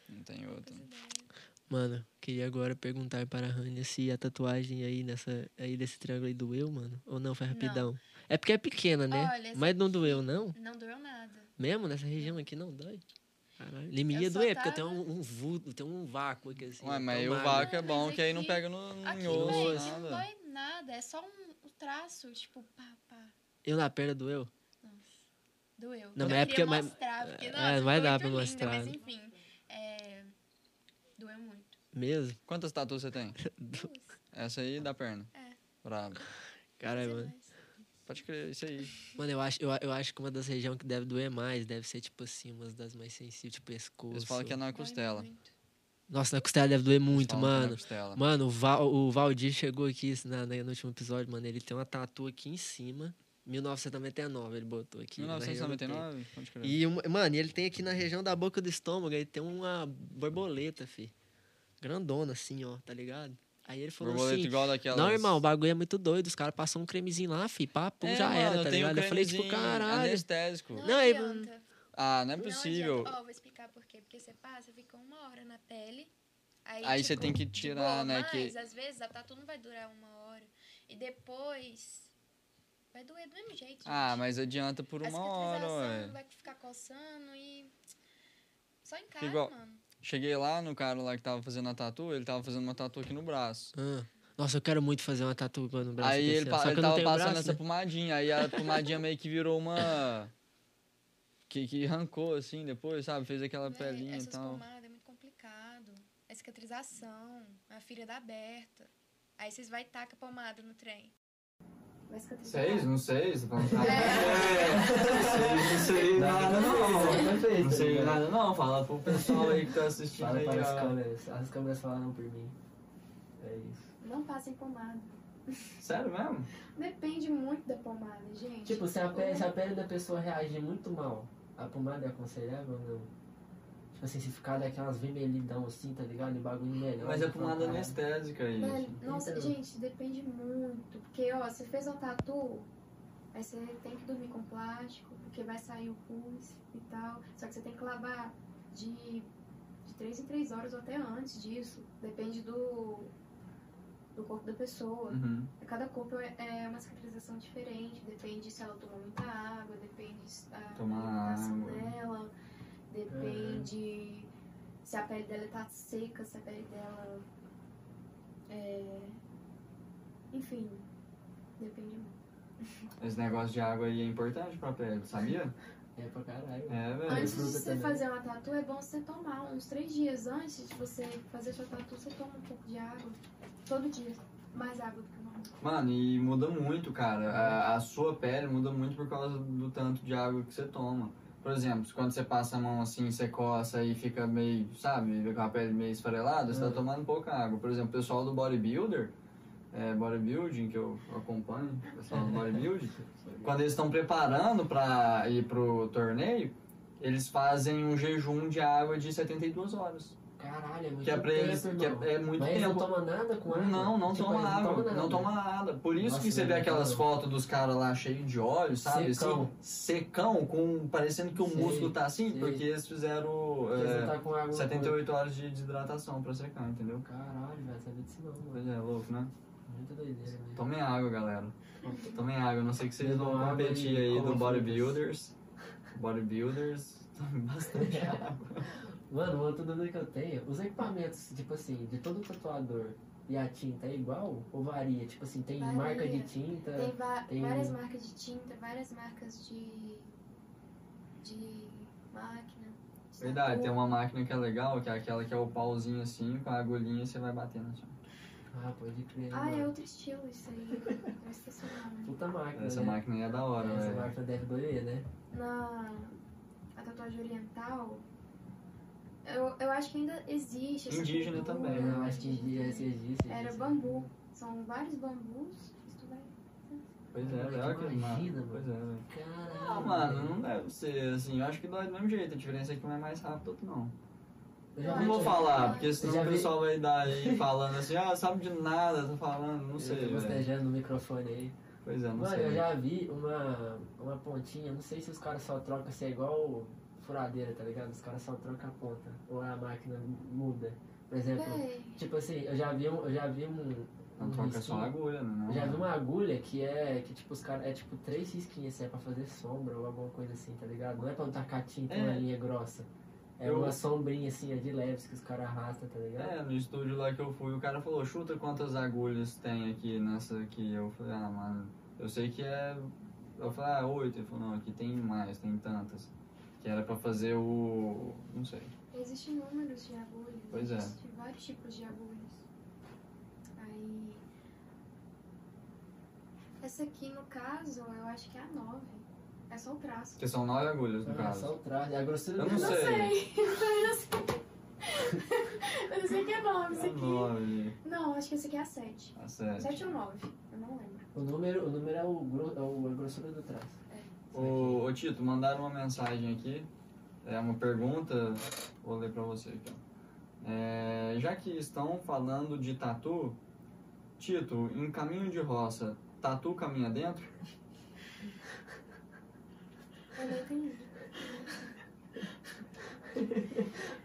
S2: Não tem outro.
S3: Poucas ideias.
S1: Mano, queria agora perguntar para a Rania se a tatuagem aí nessa aí desse triângulo aí doeu, mano. Ou não, foi
S3: Não.
S1: rapidão. É porque é pequena, né?
S3: Olha, essa
S1: Mas não doeu, não?
S3: Não doeu nada.
S1: Mesmo nessa região aqui não dói. Caralho. Ele me
S3: Eu
S1: ia
S3: só
S1: doer, porque tem
S3: tava-
S1: um, um vulto, tem um vácuo aqui assim.
S2: Ué,
S1: é
S2: mas aí
S1: tão
S2: o
S1: magro.
S2: vácuo é
S3: Mas
S2: bom, que aí Hum, não
S3: aqui-
S2: pega no, no
S3: Aqui,
S1: Nhô,
S3: velho,
S2: osso,
S3: não
S2: nada.
S3: dói nada. É só um um traço, tipo, pá, pá.
S1: Eu na perna doeu?
S3: Doeu.
S1: Não,
S3: eu
S1: mas é porque-
S3: queria
S1: mas-
S3: mostrar, porque,
S1: é,
S3: nossa,
S1: não vai
S3: ficou
S1: dar
S3: muito
S1: pra
S3: linda,
S1: mostrar.
S3: Mas, enfim, é, doeu muito.
S1: Mesmo?
S2: Quantas tatuas você tem?
S3: Duas,
S2: Essa aí da perna.
S3: É.
S2: Bravo.
S1: Caralho,
S3: fazer
S1: mano.
S3: mais.
S2: Pode crer, isso aí.
S1: Mano, eu acho, eu, eu acho que uma das regiões que deve doer mais deve ser, tipo assim, uma das mais sensíveis, tipo pescoço.
S2: Eles falam que é na
S3: Dói
S2: costela. Eles
S3: muito.
S1: Nossa, na costela deve doer muito,
S2: falam que é na
S1: mano.
S2: costela.
S1: Mano, o, Val- o Valdir chegou aqui isso na, na- no último episódio, mano. Ele tem uma tatu aqui em cima. 1999 ele botou aqui. na região do peito.
S2: 1999? Pode crer.
S1: E, uma- mano, ele tem aqui na região da boca do estômago, ele tem uma borboleta, fi. Grandona, assim, ó, tá ligado? Aí ele falou
S2: Borboleta
S1: assim.
S2: igual daquelas.
S1: Não, irmão, o bagulho é muito doido. Os caras passam um cremezinho lá, fi, papo,
S2: É,
S1: já
S2: mano,
S1: era, tá
S2: tem um
S1: ligado? Eu falei, tipo,
S2: cremezinho
S1: caralho.
S2: Anestésico.
S3: Não,
S1: Não, é-
S3: adianta.
S2: Ah, não é
S3: Não
S2: possível.
S3: adianta. Ó, vou explicar por quê. Porque você passa, fica uma hora na pele. Aí,
S2: Aí você
S3: tipo,
S2: tem que
S3: de
S2: tirar,
S3: boa,
S2: né?
S3: Mas,
S2: Que...
S3: às vezes, a tatu não vai durar uma hora. E depois, vai doer do mesmo jeito,
S2: Ah,
S3: gente.
S2: mas adianta por
S3: A
S2: uma hora,
S3: cicatrização
S2: ué.
S3: vai ficar coçando e... Só encara,
S2: Igual-
S3: mano.
S2: Cheguei lá no cara lá que tava fazendo a tatu, ele tava fazendo uma tatu aqui no braço.
S1: Ah, nossa, eu quero muito fazer uma tatu mano, no braço.
S2: aí
S1: desse,
S2: ele,
S1: ó.
S2: pa-
S1: Só que
S2: ele
S1: eu não
S2: tava
S1: tenho
S2: passando
S1: braço,
S2: essa
S1: né?
S2: pomadinha, aí a pomadinha meio que virou uma. Que, que arrancou assim depois, sabe? Fez aquela
S3: Véi,
S2: pelinha e
S3: essas
S2: tal.
S3: pomadas é muito complicado. A cicatrização, a ferida aberta. Aí vocês vai e taca a pomada no trem. Vai cicatrizar.
S4: é
S2: não sei, você [laughs] falando Não
S4: sei nada,
S2: não.
S4: Não sei
S1: Tá
S2: nada não, fala pro pessoal aí que tá assistindo
S4: Fala para as câmeras, as câmeras falaram por mim. É isso.
S3: Não passem pomada.
S2: Sério mesmo?
S3: Depende muito da pomada, gente.
S4: Tipo, se a pele, se a pele da pessoa reagir muito mal, a pomada é aconselhável ou não? Tipo assim, se ficar daquelas vermelhidão assim, tá ligado? E bagulho melhor.
S2: Mas é a
S4: tipo,
S2: pomada
S4: cara.
S2: anestésica aí.
S5: Velho, nossa,
S4: Então.
S5: gente, depende muito. Porque, ó, você fez um tatu, aí você tem que dormir com plástico, porque vai sair o pus e tal. Só que você tem que lavar de, de 3 em 3 horas ou até antes disso. Depende do, do corpo da pessoa.
S2: Uhum.
S5: Cada corpo é, é uma cicatrização diferente, depende se ela tomou muita água, depende se a
S2: Tomar
S5: alimentação
S2: água.
S5: dela, depende se a pele dela tá seca, se a pele dela é. Enfim, depende muito.
S2: Esse negócio de água aí é importante pra pele, sabia?
S4: É pra caralho.
S2: É,
S5: Antes de
S4: fruta
S5: você
S4: também.
S5: fazer uma tatu, é bom você tomar uns três dias antes de você fazer sua tatu, você toma um pouco de água. Todo dia. Mais água do que o normal.
S2: Mano, e muda muito, cara. A, a sua pele muda muito por causa do tanto de água que você toma. Por exemplo, se quando você passa a mão assim, você coça e fica meio, sabe, com a pele meio esfarelada, você tá
S4: Uhum.
S2: tomando pouca água. Por exemplo, o pessoal do bodybuilder, é, bodybuilding, que eu acompanho, o pessoal do bodybuilding, quando eles estão preparando pra ir pro torneio, eles fazem um jejum de água de 72 horas.
S1: Caralho, é muito
S2: Que é pra eles.
S1: tempo,
S2: Que
S1: irmão.
S2: é, é muito
S1: Mas eles não
S2: tempo.
S1: toma nada com água?
S2: Não, não
S1: Tipo,
S2: toma
S1: eles
S2: água,
S1: tomam
S2: não toma nada. Por isso
S1: Nossa,
S2: que você vê
S1: né,
S2: aquelas
S1: cara?
S2: fotos dos caras lá cheios de óleo, sabe?
S1: Secão.
S2: Assim, secão, com, parecendo que o
S1: Sei,
S2: músculo tá assim,
S1: sei.
S2: porque eles fizeram
S1: Porque eles
S2: é,
S1: não tá com água.
S2: 78 horas de desidratação pra secar, entendeu?
S1: Caralho, velho, sabia disso não, mano.
S2: Pois é, louco, né?
S1: Muita doideira, né?
S2: Tomem água, galera. Tomem água, a não sei que vocês
S1: Bebam
S2: vão
S1: água
S2: competir
S1: e
S2: aí do
S1: comam
S2: bodybuilders. Bodybuilders,
S1: [laughs]
S2: tomem bastante água.
S1: Mano, outra dúvida que eu tenho, os equipamentos, tipo assim, de todo tatuador e a tinta é igual ou varia? Tipo assim, tem
S3: Varia.
S1: marca de tinta,
S3: Tem,
S2: É,
S3: va-
S1: tem-
S2: um
S3: várias marcas de tinta, várias marcas de. de máquina. de
S2: Verdade,
S3: sabor.
S2: tem uma máquina que é legal, que é aquela que é o pauzinho assim, com a agulhinha e você vai batendo assim.
S1: Ah, pode crer,
S3: Ah,
S1: mano.
S3: é outro estilo isso aí. É Eu esqueci o nome.
S1: Puta máquina,
S2: Essa
S1: né?
S2: máquina aí é da hora,
S1: Essa
S2: velho.
S1: máquina deve doer, né?
S3: Na a tatuagem oriental, eu, eu acho que ainda existe. essa
S2: Indígena
S3: cultura,
S2: também, né?
S1: Eu acho que
S3: indígena
S1: existe,
S3: também.
S1: existe.
S3: Era
S1: existe.
S3: bambu. São vários bambus. Isso vai.
S2: Pois é,
S1: Moleque,
S2: velho. olha que
S1: imagina,
S2: ma- Pois é, velho.
S1: Caralho.
S2: Ah, mano, não deve ser assim. Eu acho que dói do mesmo jeito. A diferença é que um é mais rápido, outro não.
S1: Eu
S2: Eu
S1: já
S2: não
S1: vi-
S2: vou falar, porque
S1: já
S2: senão o
S1: vi-
S2: pessoal vai dar aí falando assim, ah, sabe de nada, tá falando, não sei.
S1: Eu tô
S2: velho.
S1: bostejando no microfone aí.
S2: Pois é, não
S1: Mano,
S2: sei.
S1: eu já vi uma, uma pontinha, não sei se os caras só trocam, se é igual furadeira, tá ligado? Os caras só trocam a ponta, ou a máquina muda. Por
S2: É,
S1: exemplo,
S3: Véi,
S1: tipo assim, eu já vi um. Eu já vi um
S2: Não
S1: um
S2: troca só
S1: risquinho.
S2: a agulha, né? não?
S1: Eu já vi uma agulha que é. Que tipo, os caras. É tipo três risquinhas, assim, é pra fazer sombra ou alguma coisa assim, tá ligado? Não é pra não tacar tinta
S2: É.
S1: uma linha grossa. É
S2: Eu-
S1: uma sombrinha assim, é de leves que os caras arrastam, tá ligado?
S2: É, no estúdio lá que eu fui, o cara falou, chuta quantas agulhas tem aqui nessa aqui. Eu falei, ah, mano, eu sei que é. Eu falei, ah, oito. Ele falou, não, aqui tem mais, tem tantas. Que era pra fazer o. não sei.
S3: existem números de agulhas.
S2: Pois é.
S3: Existem vários tipos de agulhas. Aí. Essa aqui, no caso, eu acho que é a 9. É só o traço.
S2: Que é são nove agulhas, no
S1: Ah, só
S2: caso.
S1: o traje, a grossura
S2: Eu
S1: do
S2: não
S3: Eu
S2: sei.
S3: [laughs] Eu também não sei. eu não sei que é 9 isso
S2: São
S3: aqui.
S2: nove.
S3: Não, acho que essa aqui é a 7.
S2: Tá certo.
S3: 7 ou 9, eu não lembro.
S1: O número, o número é, o gro, é o- a grossura do traço.
S2: Ô, ô, Tito, mandaram uma mensagem aqui. É uma pergunta, vou ler pra você então. É, já que estão falando de tatu, Tito, em caminho de roça, tatu caminha dentro?
S3: Eu não entendi.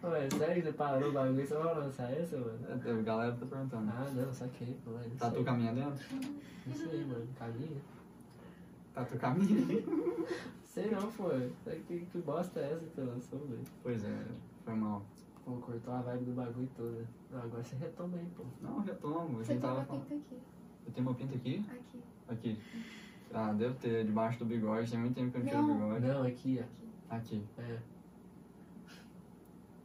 S1: Ué, é sério que você parou o bagulho só pra lançar essa, mano?
S2: É, A galera tá perguntando.
S1: Ah, não, saquei, pô. é Isso
S2: Tatu
S1: aí.
S2: caminha dentro?
S1: Isso aí, mano, caminha.
S2: Tatu caminha. [laughs]
S1: Sei não, pô. Sabe Que, que bosta é essa que você lançou, velho?
S2: Pois é, foi mal.
S1: Pô, cortou a vibe do bagulho toda. Não, agora você retoma aí, pô.
S2: Não, retomo. A
S3: Você
S2: gente
S3: tem
S2: tava
S3: uma
S2: falando.
S3: pinta aqui.
S2: Eu tenho uma pinta aqui?
S3: Aqui.
S2: Aqui. Ah, deve ter, debaixo do bigode. Tem muito tempo que eu não tiro o
S3: Não.
S2: bigode.
S1: Não, aqui, ó.
S2: Aqui.
S1: É.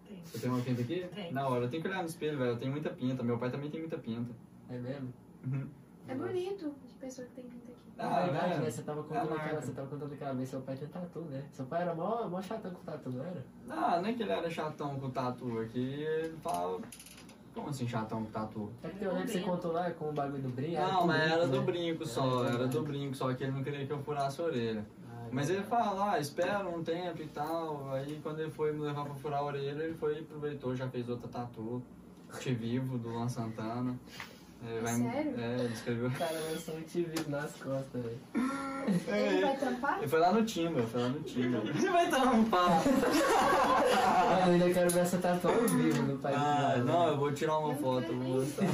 S6: Tem.
S2: Eu tenho uma pinta aqui?
S3: É.
S6: Tem.
S2: Na hora, eu tenho que olhar no espelho, velho. Eu tenho muita pinta. Meu pai também tem muita pinta.
S1: É mesmo?
S2: Uhum.
S3: É bonito de pessoa que tem pinta aqui.
S2: Ah,
S1: Na verdade,
S2: é.
S1: né? Você tava
S2: É a
S1: contando
S2: marca.
S1: aquela, você tava contando aquela vez, seu pai tinha tatu, né? Seu pai era mó, mó chatão com tatu, não era?
S2: Ah, não é que ele era chatão com o tatu aqui. Ele falava. Como assim, chatão com o tatu?
S1: É que eu lembro que você contou lá com o bagulho do brinco.
S2: Não, mas era do
S1: né?
S2: brinco
S1: É,
S2: só.
S1: é
S2: Era do
S1: verdade.
S2: brinco, só que ele não queria que eu furasse a orelha.
S1: Ah,
S2: Mas ele
S1: verdade.
S2: fala, ah, espera um tempo e tal. Aí quando ele foi me levar pra furar a orelha, ele foi e aproveitou, já fez outra tatu. Te vivo, do Luan Santana. É,
S3: Sério?
S2: É, ele escreveu.
S1: O cara lançou um TV nas costas, velho.
S2: É.
S3: Ele vai tampar?
S2: Ele foi lá no Timba, foi lá no Timba. Você [laughs] vai um trampar.
S1: Mano, eu ainda quero ver essa tatu ao vivo do né? pai
S2: Ah,
S1: do
S2: não, eu vou tirar uma
S3: Eu não
S2: foto.
S3: quero
S2: vou
S3: nem
S2: mostrar.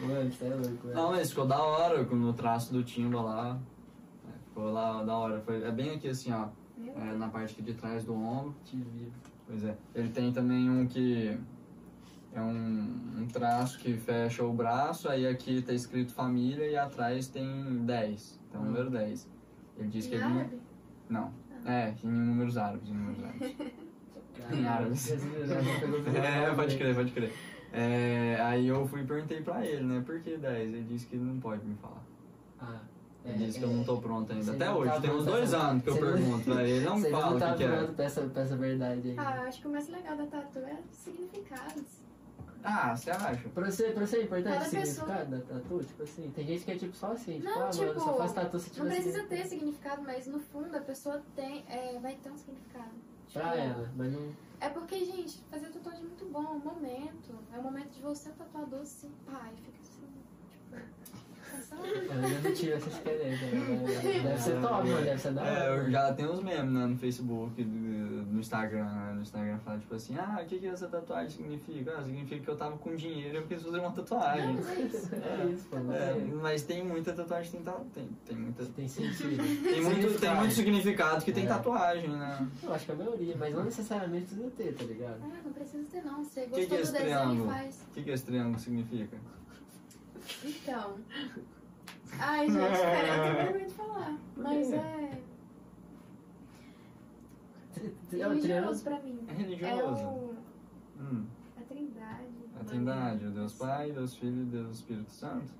S1: Mano, você é louco, velho.
S2: Não, mas ficou da hora com o traço do Timba lá. É, Ficou lá da hora. Foi, é bem aqui assim, ó.
S3: Meu
S2: é, na parte aqui de trás do ombro.
S1: Te vivo.
S2: Pois é. Ele tem também um que. É um, um traço que fecha o braço, aí aqui tá escrito família e atrás tem 10. Então,
S1: Hum.
S2: número 10. Ele disse que é
S3: Em
S2: ele. não-
S3: árabe? Ah.
S2: Não. É, em números árabes, em números árabes.
S3: [laughs]
S1: Caralho, né?
S2: [laughs] É, pode crer, pode crer. É, aí eu fui e perguntei pra ele, né? Por que 10? Ele disse que ele não pode me falar.
S1: Ah,
S2: Ele disse que eu não tô pronto ainda.
S1: Você
S2: Até
S1: não
S2: hoje,
S1: tá
S2: tem uns
S1: pronto
S2: dois
S1: essa-
S2: anos que eu
S1: você não-
S2: pergunto, velho. Ele não me
S1: Você
S2: fala
S1: não
S2: o
S1: tá
S2: que, que é.
S1: pronto pra essa, pra essa verdade aí.
S3: Ah, eu acho que o mais legal da tatu é os significados.
S2: Ah, você acha?
S1: Pra você, pra você é importante
S3: Cada
S1: o
S3: pessoa-
S1: significado da tatu? Tipo assim, tem gente que é tipo só assim, tipo,
S3: Não,
S1: ah, mano, eu só
S3: tipo,
S1: faço tatu se
S3: Não
S1: tiver
S3: precisa
S1: significado.
S3: ter significado, mas no fundo a pessoa tem, é, vai ter um significado.
S1: Pra ela, mas não.
S3: É porque, gente, fazer tatuagem é muito bom, é um momento. É um momento de você, tatuador, se pá, e fica assim. tipo, só-
S1: Eu ainda não tive essa experiência.
S3: [laughs]
S1: mas Deve ser top, mano. Deve ser da
S2: É,
S1: hora.
S2: eu já tem uns memes né, no Facebook, do- no Instagram, né? No Instagram fala tipo assim, ah, o que, que essa tatuagem significa? Ah, significa que eu tava com dinheiro e eu quis fazer uma tatuagem.
S3: Mas é isso.
S1: [laughs] É isso, pô. não
S2: É,
S1: sei.
S2: mas tem muita tatuagem, tem, ta- tem, tem muita.
S1: Tem sentido.
S2: Tem muito, tem
S1: Significado.
S2: muito significado que tem
S1: É.
S2: tatuagem, né?
S1: Eu acho que é a maioria, mas não necessariamente precisa ter, tá ligado?
S3: Ah, não precisa ter não. Você
S2: que
S3: gostou
S2: é
S3: do
S2: esse
S3: desenho
S2: triângulo?
S3: e faz.
S2: O que, que esse triângulo significa?
S3: Então. Ai, gente,
S2: [laughs]
S3: pera, eu tenho vergonha de falar. Mas
S1: quê?
S3: é
S1: Tri- tri- É o triângulo.
S3: religioso pra mim.
S2: É
S3: É
S2: religioso.
S3: o,
S2: Hum,
S3: a trindade.
S2: a trindade, o Deus Pai, Deus Filho e Deus Espírito Santo.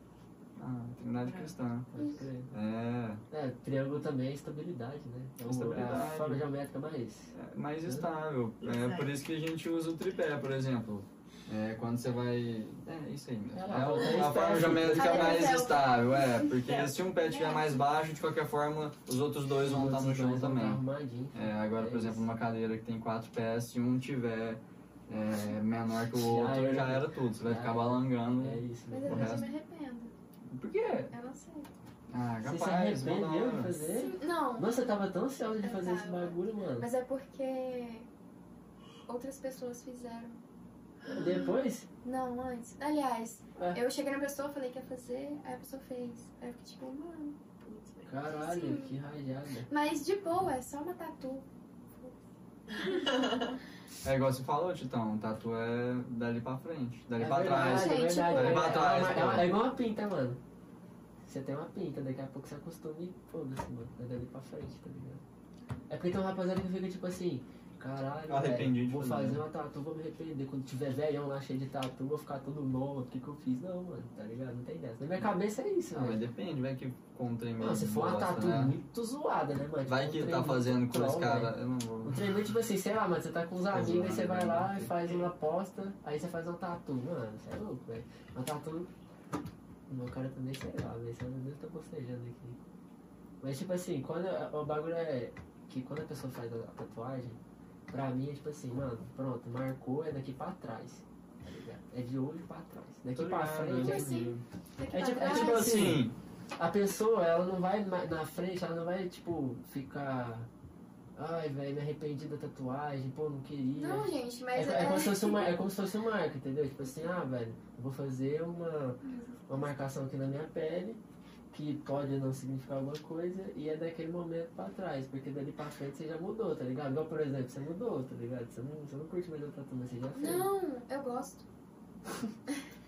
S2: Ah, a
S1: É.
S2: trindade cristã.
S1: Pode crer.
S2: É,
S1: É, triângulo também é estabilidade, né? É o-
S2: Estabilidade.
S1: a forma geométrica mais.
S2: é mais estável. É por isso que a gente usa o tripé, por exemplo. É, quando você vai. É isso aí mesmo.
S1: É lá, volta aí,
S2: É a forma
S1: estável.
S2: geométrica
S3: Cadê o
S2: mais
S3: céu?
S2: estável, é. Porque se um pé estiver mais baixo, de qualquer forma, os outros dois vão estar no chão
S1: Dois vão tá
S2: também.
S1: arrumadinho.
S2: É, agora, por
S1: É
S2: exemplo,
S1: isso.
S2: uma cadeira que tem quatro pés, se um tiver é, menor que o
S1: Já
S2: outro,
S1: era.
S2: já era tudo. Você vai
S1: Já
S2: ficar
S1: era.
S2: balangando.
S1: É isso,
S3: Mas
S1: né?
S3: depois eu
S2: Correto.
S3: me arrependo.
S2: Por quê?
S3: Eu não sei.
S2: Ah,
S1: Você se
S2: capaz, vamos
S1: arrependeu de
S2: lá.
S1: fazer?
S3: Não,
S1: Nossa, eu tava tão ansiosa de
S3: Eu
S1: fazer esse
S3: tava.
S1: bagulho, mano.
S3: mas é porque outras pessoas fizeram.
S1: Depois,
S3: Não, antes. Aliás,
S1: Ah.
S3: eu cheguei na pessoa, falei que ia fazer, aí a pessoa fez. Aí eu fiquei tipo, mano, putz, mas
S1: caralho,
S3: assim.
S1: que rajada.
S3: Mas de boa, é só uma tatu.
S2: É igual você falou, Titão, o tatu é dali pra frente, dali
S1: é
S2: pra trás.
S1: verdade, é
S3: Gente,
S1: verdade.
S3: pô.
S1: É,
S2: Vai pra trás,
S1: uma- é uma-
S2: pô.
S1: é igual uma pinta, mano. Você tem uma pinta, daqui a pouco você acostuma e foda-se, mano. É dali pra frente, tá ligado? É porque tem um rapaziada que fica tipo assim, caralho,
S2: Eu arrependi
S1: velho,
S2: de né?"
S1: vou
S2: fazer.
S1: fazer uma tatu, vou me arrepender. Quando tiver velhão lá cheio de tatu, vou ficar todo novo, o que que eu fiz? Não, mano, tá ligado? Não tem dessa. Na minha cabeça é isso,
S2: Ah, mas
S1: velho.
S2: depende, vai que com um trem meio
S1: Não, se for uma
S2: bosta,
S1: tatu
S2: né?
S1: muito zoada, né, mano?
S2: Vai
S1: Tipo, um
S2: que
S1: trem né?
S2: tá
S1: muito
S2: fazendo com os
S1: troll, velho.
S2: caras. Eu não vou.
S1: O
S2: [laughs]
S1: treino é tipo assim, sei lá, mano, você tá com os amigos, aí você vai lá e faz uma aposta, aí você faz uma tatu, mano, você é louco, velho. Uma tatu. O meu cara também, sei lá, velho, você não deve estar bocejando aqui. Mas tipo assim, quando. O bagulho é. Que quando a pessoa faz a tatuagem, pra mim é tipo assim, mano, pronto, marcou, é daqui pra trás. tá ligado? É de hoje pra trás. Daqui
S2: Tô
S1: pra
S2: ligado,
S1: frente é
S3: assim.
S1: assim.
S3: Daqui
S1: É
S3: pra
S1: tipo- é
S3: trás.
S1: tipo assim,
S2: Sim,
S1: A pessoa, ela não vai ma- na frente, ela não vai, tipo, ficar. Ai, velho, me arrependi da tatuagem, pô, não queria.
S3: Não, gente,
S1: É,
S3: mas
S1: co- é como se fosse uma, é como se fosse uma marca, entendeu? Tipo assim, ah, velho, eu vou fazer uma, uma marcação aqui na minha pele, que pode não significar alguma coisa, e é daquele momento pra trás, porque dali pra frente você já mudou, tá ligado? Igual, por exemplo, você mudou, tá ligado? Você não, você não curte mais o tatu, mas você já fez.
S3: Não, eu gosto.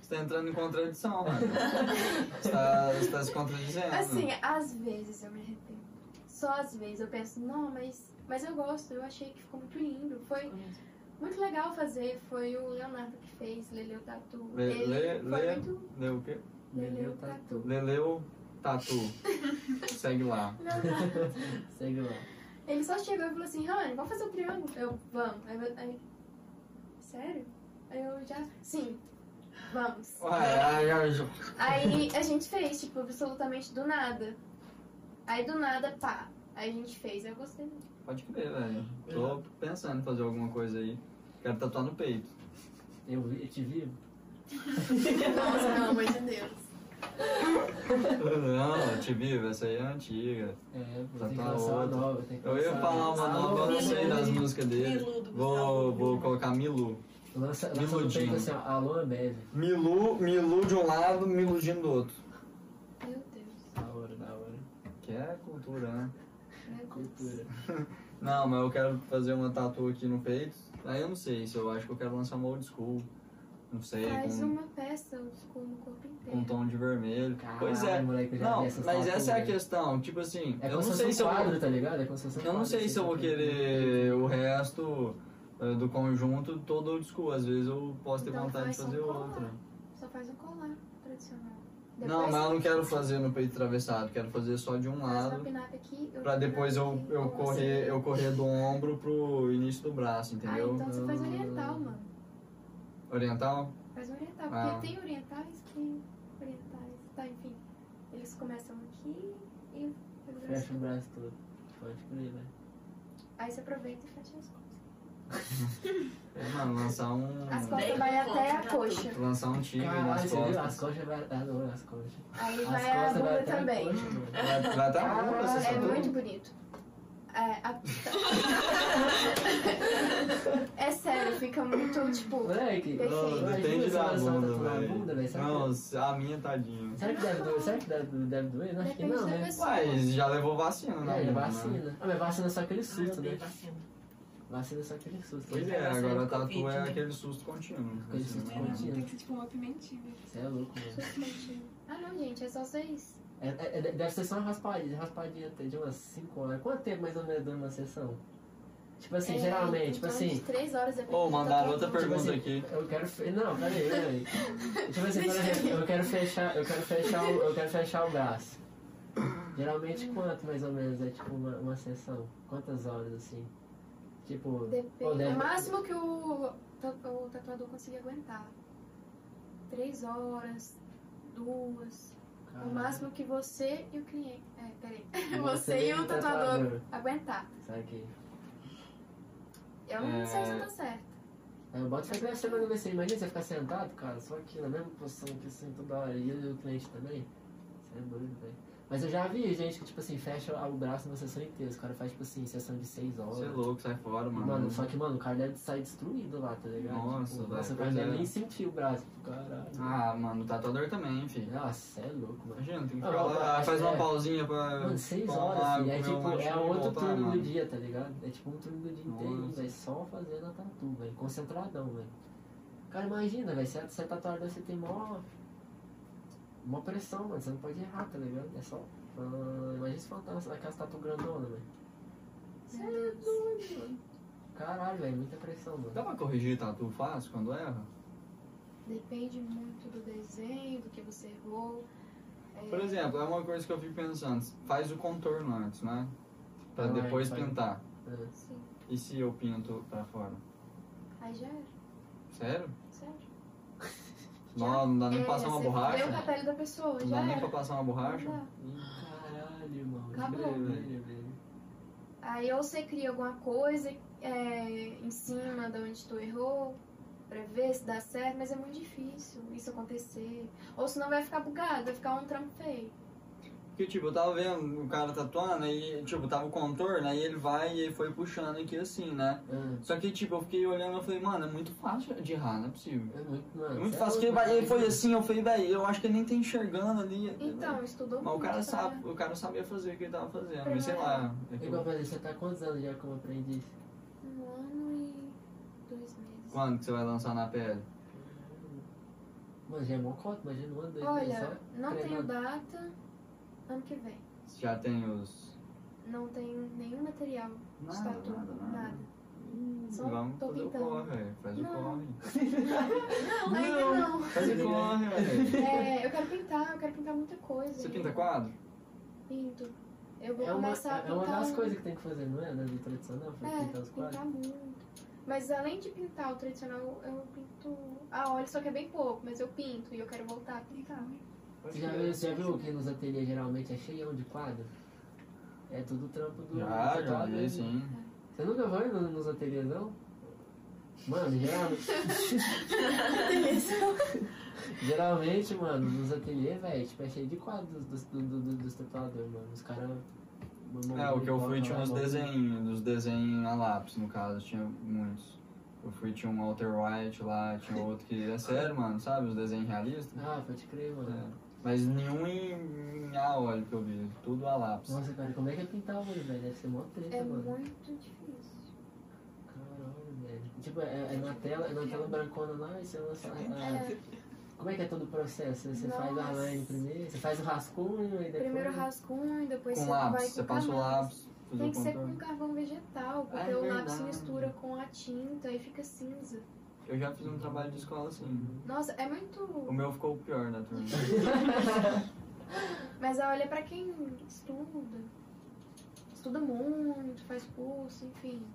S2: você tá entrando em contradição,
S1: [laughs]
S2: mano. você, tá, você tá se
S1: É,
S2: contradizendo.
S3: Assim, às vezes eu me arrependo. Só às vezes eu penso, não, mas, mas eu gosto, eu achei que ficou muito lindo. Foi muito legal fazer, foi o Leonardo que fez, Leleu Tatu.
S2: Le-
S3: Ele
S2: le-
S3: foi
S2: le-
S3: muito.
S2: Leu o quê?
S1: Leleu tatu.
S2: Leleu Tatu. Segue lá.
S1: Segue lá.
S3: Ele só chegou e falou assim, Rani, vamos fazer o triângulo? Eu, vamos. Aí, eu- aí, sério? Aí eu já, sim, vamos.
S2: Ué,
S1: É.
S2: ai, ai, jo-
S3: Aí a gente fez, tipo, absolutamente do nada. Aí do nada, pá. Aí a gente fez, eu gostei muito.
S2: Pode crer, velho. Tô pensando em fazer alguma coisa aí. Quero tatuar no peito.
S1: [laughs] Eu, vi- eu te vi.
S3: Nossa, pelo amor de Deus.
S2: Não, te vivo, essa aí é antiga.
S1: É, pô,
S2: Já
S1: tem que
S2: tá
S1: lançar uma
S2: outra.
S1: nova, tem que
S2: Eu ia
S1: lançar-
S2: falar uma
S1: Alô,
S2: nova, eu não
S1: Milu.
S2: sei das músicas dele.
S6: Milu do
S2: Vou,
S6: Gustavo
S2: vou
S6: Lima.
S2: colocar Milu.
S1: Lança, lança no
S2: Miludinho.
S1: peito assim, ó, alô, Ambev.
S2: Milu, Milu de um lado, Miludinho do outro.
S3: Meu Deus.
S1: Da hora, da hora.
S2: Que é cultura, né?
S3: Meu Deus.
S1: Cultura.
S2: Não, mas eu quero fazer uma tatu aqui no peito. Aí eu não sei se eu acho que eu quero lançar uma old school. Não sei,
S3: Faz
S1: um
S2: com,
S3: uma peça com o corpo inteiro.
S2: com um tom de vermelho.
S1: Caralho,
S2: pois é.
S1: moleque, eu já
S2: Não,
S1: vi essas
S2: mas essa é a
S1: tatuagens.
S2: questão. Tipo assim,
S1: É
S2: eu não
S1: como se
S2: sei
S1: fosse
S2: se eu
S1: um
S2: vou
S1: quadro, tá ligado? É como se fosse um
S2: Eu não
S1: quadro,
S2: sei
S1: assim,
S2: se eu vou
S1: tá
S2: querer o resto eh, do conjunto todo old school. Às vezes eu posso ter
S3: Então
S2: vontade de
S3: faz só
S2: fazer
S3: um colar.
S2: outra.
S3: Só faz um colar tradicional.
S2: Não, mas eu não quero fazer no peito atravessado. Quero fazer só de um
S3: faz uma
S2: lado.
S3: pin-up aqui, eu
S2: Pra
S3: pin-up
S2: depois eu,
S3: aqui,
S2: eu,
S3: ou
S2: correr,
S3: assim.
S2: eu correr do ombro pro início do braço,
S3: Ah,
S2: entendeu?
S3: então você faz oriental, mano.
S2: Oriental?
S3: Faz oriental.
S2: Ah.
S3: Porque tem orientais que. Orientais. Tá, enfim. Eles começam aqui e.
S1: Fecha o braço todo. Pode crer, né? Hum.
S3: Aí você aproveita e fecha as costas.
S2: É, mano, lançar um.
S3: As
S6: Bem
S3: costas vai
S6: no
S3: até
S6: ponto,
S3: a
S6: né?
S3: coxa.
S2: Lançar um tigre
S1: Caralho,
S2: nas
S1: você viu? Ah, As
S2: costas.
S1: coxas vai adoro as coxas.
S3: Aí
S1: As
S3: vai a
S1: costas vai
S3: bunda
S1: até a
S3: também.
S1: coxa, mano.
S3: [laughs]
S2: Vai, vai até a bunda,
S1: Ah,
S2: você
S3: É
S2: sabe?
S3: muito bonito. É, a- [laughs] É sério, fica muito, tipo.
S1: Moleque,
S3: Perfeito.
S1: ó, imagina
S2: Depende
S1: se
S2: da
S1: ela solta
S2: bunda,
S1: tudo na bunda,
S2: velho.
S1: velho. Será
S2: Não,
S1: que-
S2: se- a minha tadinha.
S1: será que deve doer? Será que deve deve doer? Não Acho que
S3: Depende
S1: não,
S3: da
S1: né?
S3: pessoa.
S2: Uai, já levou vacina, né?
S1: É,
S2: mano?
S1: vacina. Ah, mas vacina é só aquele
S6: Ai, eu
S1: susto,
S6: dei
S1: né?
S6: vacina.
S1: Vacina é só aquele susto.
S2: Pois
S1: né?
S2: é, agora a tatu
S6: Covid,
S2: é
S6: né?
S2: aquele susto contínuo.
S1: Aquele susto
S2: Assim, né?
S1: contínuo.
S6: Tem que ser tipo uma pimentinha.
S1: Você é louco, mano.
S3: Ah, não, gente, é só vocês.
S1: É, é- é- deve ser só uma raspadinha, raspadinha até de umas 5 horas. Quanto tempo mais ou menos dura uma sessão? Tipo assim,
S3: É,
S1: geralmente,
S3: em
S1: tipo
S3: torno de
S1: assim.
S3: Três horas depois.
S2: Ô, mandaram outra
S3: pergunta.
S2: pergunta
S1: assim,
S2: aqui.
S1: Eu quero. Fe... Não, peraí, peraí. tipo assim, por exemplo, eu quero fechar, eu quero fechar o, eu quero fechar o braço. Geralmente quanto mais ou menos é tipo uma, uma sessão? Quantas horas assim? Tipo. Ou
S3: Depende.
S1: deve-
S3: O máximo que o, ta- o tatuador conseguir aguentar. Três horas, duas.
S2: Ah.
S1: Caralho.
S3: O máximo que você e o cliente. É, peraí. [laughs] Você,
S1: Você tá
S3: e o tatuador aguentar.
S1: Sabe que.
S3: Eu não sei se
S2: É.
S3: eu tô certo.
S1: Eu boto É, fé que deve ser mais ou menos assim. Imagina você ficar sentado, cara, só aqui na mesma posição que assim toda hora. E o cliente também. Você é doido, velho. Mas eu já vi gente que, tipo assim, fecha o braço na sessão inteira. Os caras fazem, tipo assim, sessão de 6 horas.
S2: Você é louco, sai fora, mano.
S1: Mano, só que, mano, o cara deve sair destruído lá, tá ligado?
S2: Nossa,
S1: tipo,
S2: velho,
S1: nossa, o cara
S2: pois
S1: deve
S2: é.
S1: nem sentir o braço. Tipo, caralho.
S2: Ah, mano, o tatuador também, filho.
S1: Nossa, é louco, mano.
S2: Imagina, tem que
S1: Ah,
S2: ficar lá,
S1: mas
S2: faz uma
S1: é.
S2: pausinha pra.
S1: Mano, 6
S2: tomar
S1: horas,
S2: água,
S1: filho. É
S2: comer um
S1: tipo, é
S2: lanchinho e
S1: outro
S2: voltar,
S1: turno do
S2: mano.
S1: dia, tá ligado? É tipo um turno do dia inteiro,
S2: Nossa.
S1: velho. Só fazendo a tatu, velho. Concentradão, velho. Cara, imagina, velho. Se é, se é tatuador, você tem mó. Mó pressão, mano. Você não pode errar, tá ligado? É só. ah, imagina se faltar aquelas tatu grandona, velho. Caralho, velho. Muita pressão, mano.
S2: Dá pra corrigir tatu fácil quando erra?
S3: Depende muito do desenho, do que você errou. É,
S2: Por exemplo, é uma coisa que eu fico pensando. Faz o contorno antes, né? Pra
S1: Ah,
S2: depois
S1: é, faz.
S2: pintar.
S1: É.
S3: Sim.
S2: E se eu pinto pra fora?
S3: assim. Aí já era,
S2: Sério?
S3: sério.
S2: Não, não dá nem
S3: É,
S2: pra passar uma
S3: você Deu
S2: borracha.
S3: na pele da pessoa,
S2: Não
S3: já
S2: dá
S3: era.
S2: nem pra passar uma borracha.
S3: Não dá.
S1: Caralho, mano.
S3: Acabou.
S1: Velho, velho.
S3: Aí ou você cria alguma coisa é, em cima de onde tu errou, pra ver se dá certo, mas é muito difícil isso acontecer. Ou senão vai ficar bugado, vai ficar um trampo feio.
S2: Porque, tipo, eu tava vendo o cara tatuando e, tipo, tava o contorno, aí ele vai e ele foi puxando aqui assim, né?
S1: Ah,
S2: Só que, tipo, eu fiquei olhando e eu falei, mano, é muito fácil de errar, não é possível.
S1: É muito,
S2: É
S1: mano. cê
S2: muito
S1: é
S2: fácil,
S1: louco,
S2: que ele, vai-
S3: né?
S1: mano.
S2: ele foi assim, eu falei, velho, eu acho que ele nem tá enxergando ali.
S3: Então, estudou
S2: Mas o
S3: muito.
S2: cara,
S3: pra-
S2: sabe, o cara sabia fazer o que ele tava fazendo, mas sei lá. é que eu-
S1: Igual, velho, você tá há quantos anos já como aprendiz?
S3: Um ano e dois meses.
S2: Quando que você vai lançar na pele?
S1: Mano, já é mocota, imagina um ano, dois meses
S3: Olha,
S1: só.
S3: não tenho
S1: treinando.
S3: data, ano que vem.
S2: Você Já tem os.
S3: Não tenho nenhum material de tatu, nada. Só
S2: Hum, Vamos
S3: tô
S2: fazer o
S3: pintando.
S2: corre, velho. Faz o
S3: Não.
S2: corre.
S3: [laughs] Não, ainda não.
S2: Faz o corre, velho.
S3: É, eu quero pintar, eu quero pintar muita coisa.
S2: Você
S3: ainda.
S2: pinta quadro?
S3: Pinto. Eu vou
S1: É uma,
S3: começar a
S1: é
S3: pintar.
S1: uma das
S3: um-
S1: coisas que tem que fazer, não é? Na vida tradicional, foi
S3: É,
S1: pintar os quadros.
S3: pintar muito. Mas além de pintar o tradicional, eu pinto a óleo, só que é bem pouco, mas eu pinto e eu quero voltar a pintar.
S1: Você já viu, você já viu que nos ateliês geralmente é cheião de quadro? É tudo trampo do... do
S2: Já, já,
S1: tatuador, né?
S2: vi, sim.
S1: Você nunca vai no- nos ateliês, não? Mmano, geralmente. [laughs] geralmente, mano, nos ateliês, velho, tipo, é cheio de quadros dos, do, do, do- dos tatuadores, mano. Os caras.
S2: É, o que eu fui tinha uns desenhos, uns desenhos a lápis, no caso, tinha muitos. Eu fui, tinha um Walter White lá, tinha outro que. É sério, mano, sabe? Os desenhos realistas.
S1: Ah, pode crer, mano.
S2: É. Mas nenhum em, em a óleo que eu vi, tudo a lápis.
S1: Nossa, cara, como é que é pintar olho, velho? Deve ser mó treta,
S3: É
S1: mano.
S3: muito difícil.
S1: Caralho, velho. Tipo, é, é na tela, é na tela brancona lá e você lança. a-
S3: É, [laughs]
S1: Como é que é todo o processo? Você faz a
S3: Nossa.
S1: line primeiro, você faz o rascunho e depois.
S3: primeiro rascunho, depois
S2: Com
S3: você vai
S2: lápis,
S3: com
S2: você passa o
S3: camadas.
S2: lápis, fazer
S3: Tem
S2: o
S3: que ser com
S2: contorno.
S3: carvão vegetal, porque
S2: Ah, é
S3: o lápis
S2: verdade.
S3: se mistura com a tinta e fica cinza.
S2: Eu já
S1: Uhum.
S2: fiz um trabalho de escola assim.
S3: Nossa, é
S2: O
S3: muito.
S2: meu ficou o pior da
S1: [laughs]
S2: turma.
S3: Mas a olha pra quem estuda. Estuda muito, faz curso, enfim.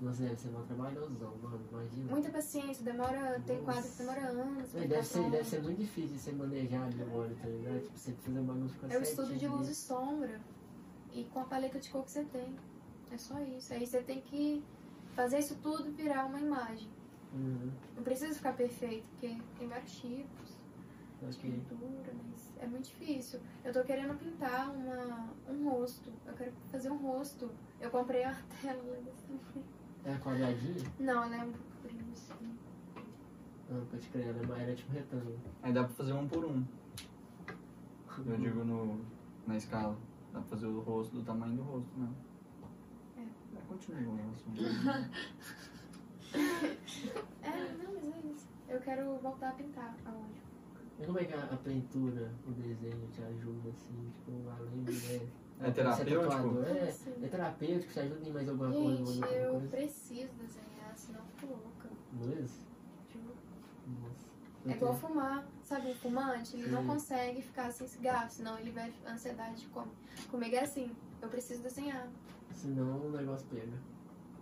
S1: Nossa, deve ser mó trabalhosão, mano. Imagina.
S3: Muita paciência, demora. Tem quadro que demora anos. pra
S1: Mas
S3: ficar
S1: Deve ser, deve
S3: pronto.
S1: ser muito difícil de você manejar ali o olho, tá ligado? Tipo, você precisa bagulho ficar
S3: É o estudo de
S1: certinho,
S3: luz
S1: né?
S3: e sombra. E com a paleta de cor que você tem. É só isso. Aí você tem que fazer isso tudo virar uma imagem.
S1: Uhum.
S3: Não precisa ficar perfeito, porque tem vários tipos de
S1: Ok.
S3: pintura, mas é muito difícil. Eu tô querendo pintar uma, um rosto. Eu quero fazer um rosto. Eu comprei uma [laughs] tela desse tamanho.
S1: É quadradinho?
S3: Não, ela é um pouco grande. assim.
S1: Não, pode crer, ela é maior, é tipo um retângulo.
S2: Aí dá pra fazer um por um. Eu
S1: Uhum.
S2: digo no, na escala. Dá pra fazer o rosto do tamanho do rosto, né? É. continua o
S3: [laughs]
S2: assunto.
S3: É, não, mas é isso. Eu quero voltar a pintar a óleo.
S1: E como é que a, a pintura, o desenho te ajuda, assim, tipo, além de... né,
S2: É
S1: você
S2: terapêutico?
S1: tatuador, é,
S3: Sim.
S1: é terapêutico, te ajuda em mais alguma coisa?
S3: assim. Gente,
S1: em alguma
S3: eu
S1: coisa?
S3: preciso desenhar, senão eu fico louca.
S1: Não é isso?
S3: juro.
S1: Nossa.
S3: É
S2: Uhum.
S3: igual fumar, sabe? O fumante, ele não
S1: Hum.
S3: consegue ficar sem cigarro, senão ele vai ansiedade de comer. Comigo é assim, eu preciso desenhar.
S1: é, Senão o negócio pega.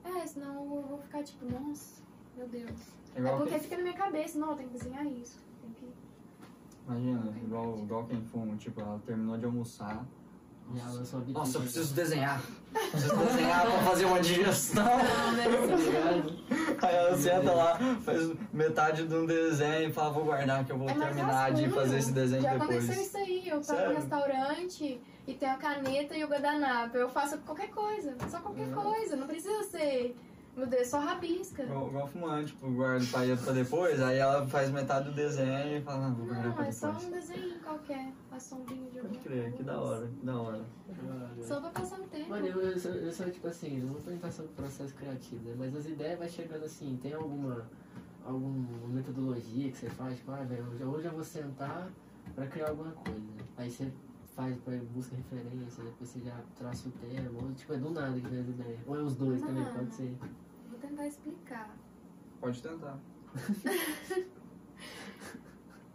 S3: É, senão eu vou ficar tipo, nossa, meu Deus.
S2: É
S3: É
S2: igual
S3: porque
S2: quem,
S3: fica na minha cabeça, não, eu tenho que desenhar isso. Tem que...
S2: imagina, igual, igual quem fuma. Tipo, ela terminou de almoçar.
S1: Já lançou a biquíni.
S2: Nossa, eu preciso desenhar. Preciso desenhar pra fazer
S1: [laughs]
S2: uma digestão.
S1: [laughs] Tá ligado?
S2: Aí ela senta lá, faz metade de um desenho e fala, vou guardar que eu vou
S3: É mais
S2: terminar de
S3: rascunho.
S2: fazer esse desenho
S3: Já aconteceu
S2: depois.
S3: isso aí, eu paro
S2: Sério?
S3: no restaurante e tenho a caneta e o guardanapo. Eu faço qualquer coisa, só qualquer
S2: Uhum.
S3: coisa, não precisa ser, meu Deus, só rabisca.
S2: Igual igual fumante, tipo, guarda pra ir pra depois, aí ela faz metade do desenho e fala, não, vou guardar
S3: Não,
S2: pra
S3: é só
S2: depois.
S3: um desenho qualquer, a sombrinha de
S2: Pode
S3: alguma
S2: crer, que da
S3: coisa.
S2: hora, que da hora.
S3: Só pra passar um tempo.
S1: Mano, eu, eu, sou, eu sou tipo assim, não vou perguntar sobre o processo criativo, né? mas as ideias vai chegando assim, tem alguma, alguma metodologia que você faz, tipo, ah, velho, hoje, hoje eu vou sentar pra criar alguma coisa. Aí você faz, pra, busca referência, depois você já traça o tema, ou tipo, é do nada que vem as ideias. Ou é os dois também,
S3: Mano.
S1: pode ser.
S3: Vou tentar explicar.
S2: Pode tentar.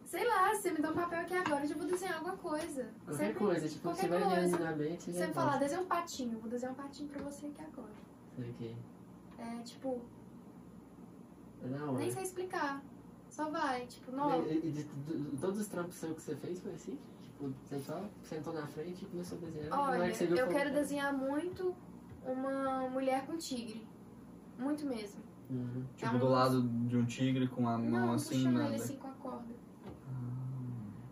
S3: Sei lá, você me dá um papel aqui agora, eu já vou desenhar alguma coisa.
S1: Qualquer
S3: Sempre-
S1: coisa, tipo,
S3: qualquer
S1: você vai
S3: coisa.
S1: lendo na mente né, e
S3: Você
S1: já
S3: me falar, desenha um patinho, eu vou desenhar um patinho pra você aqui agora.
S1: faz. Ok.
S3: É, tipo,
S1: É da hora.
S3: nem sei explicar. Só vai, tipo, não.
S1: E- e de, de- de todos os trampos seus que você fez foi assim? Tipo, você só sentou na frente e começou a desenhar. na hora
S3: Olha,
S1: é que você viu, tá?
S3: eu
S1: falou,
S3: quero desenhar muito uma mulher com tigre. Muito mesmo.
S1: Uhum.
S2: Tipo, do lado de um tigre com a mão
S3: Ah, não,
S2: assim,
S3: puxando
S2: nada.
S3: ele assim com a corda.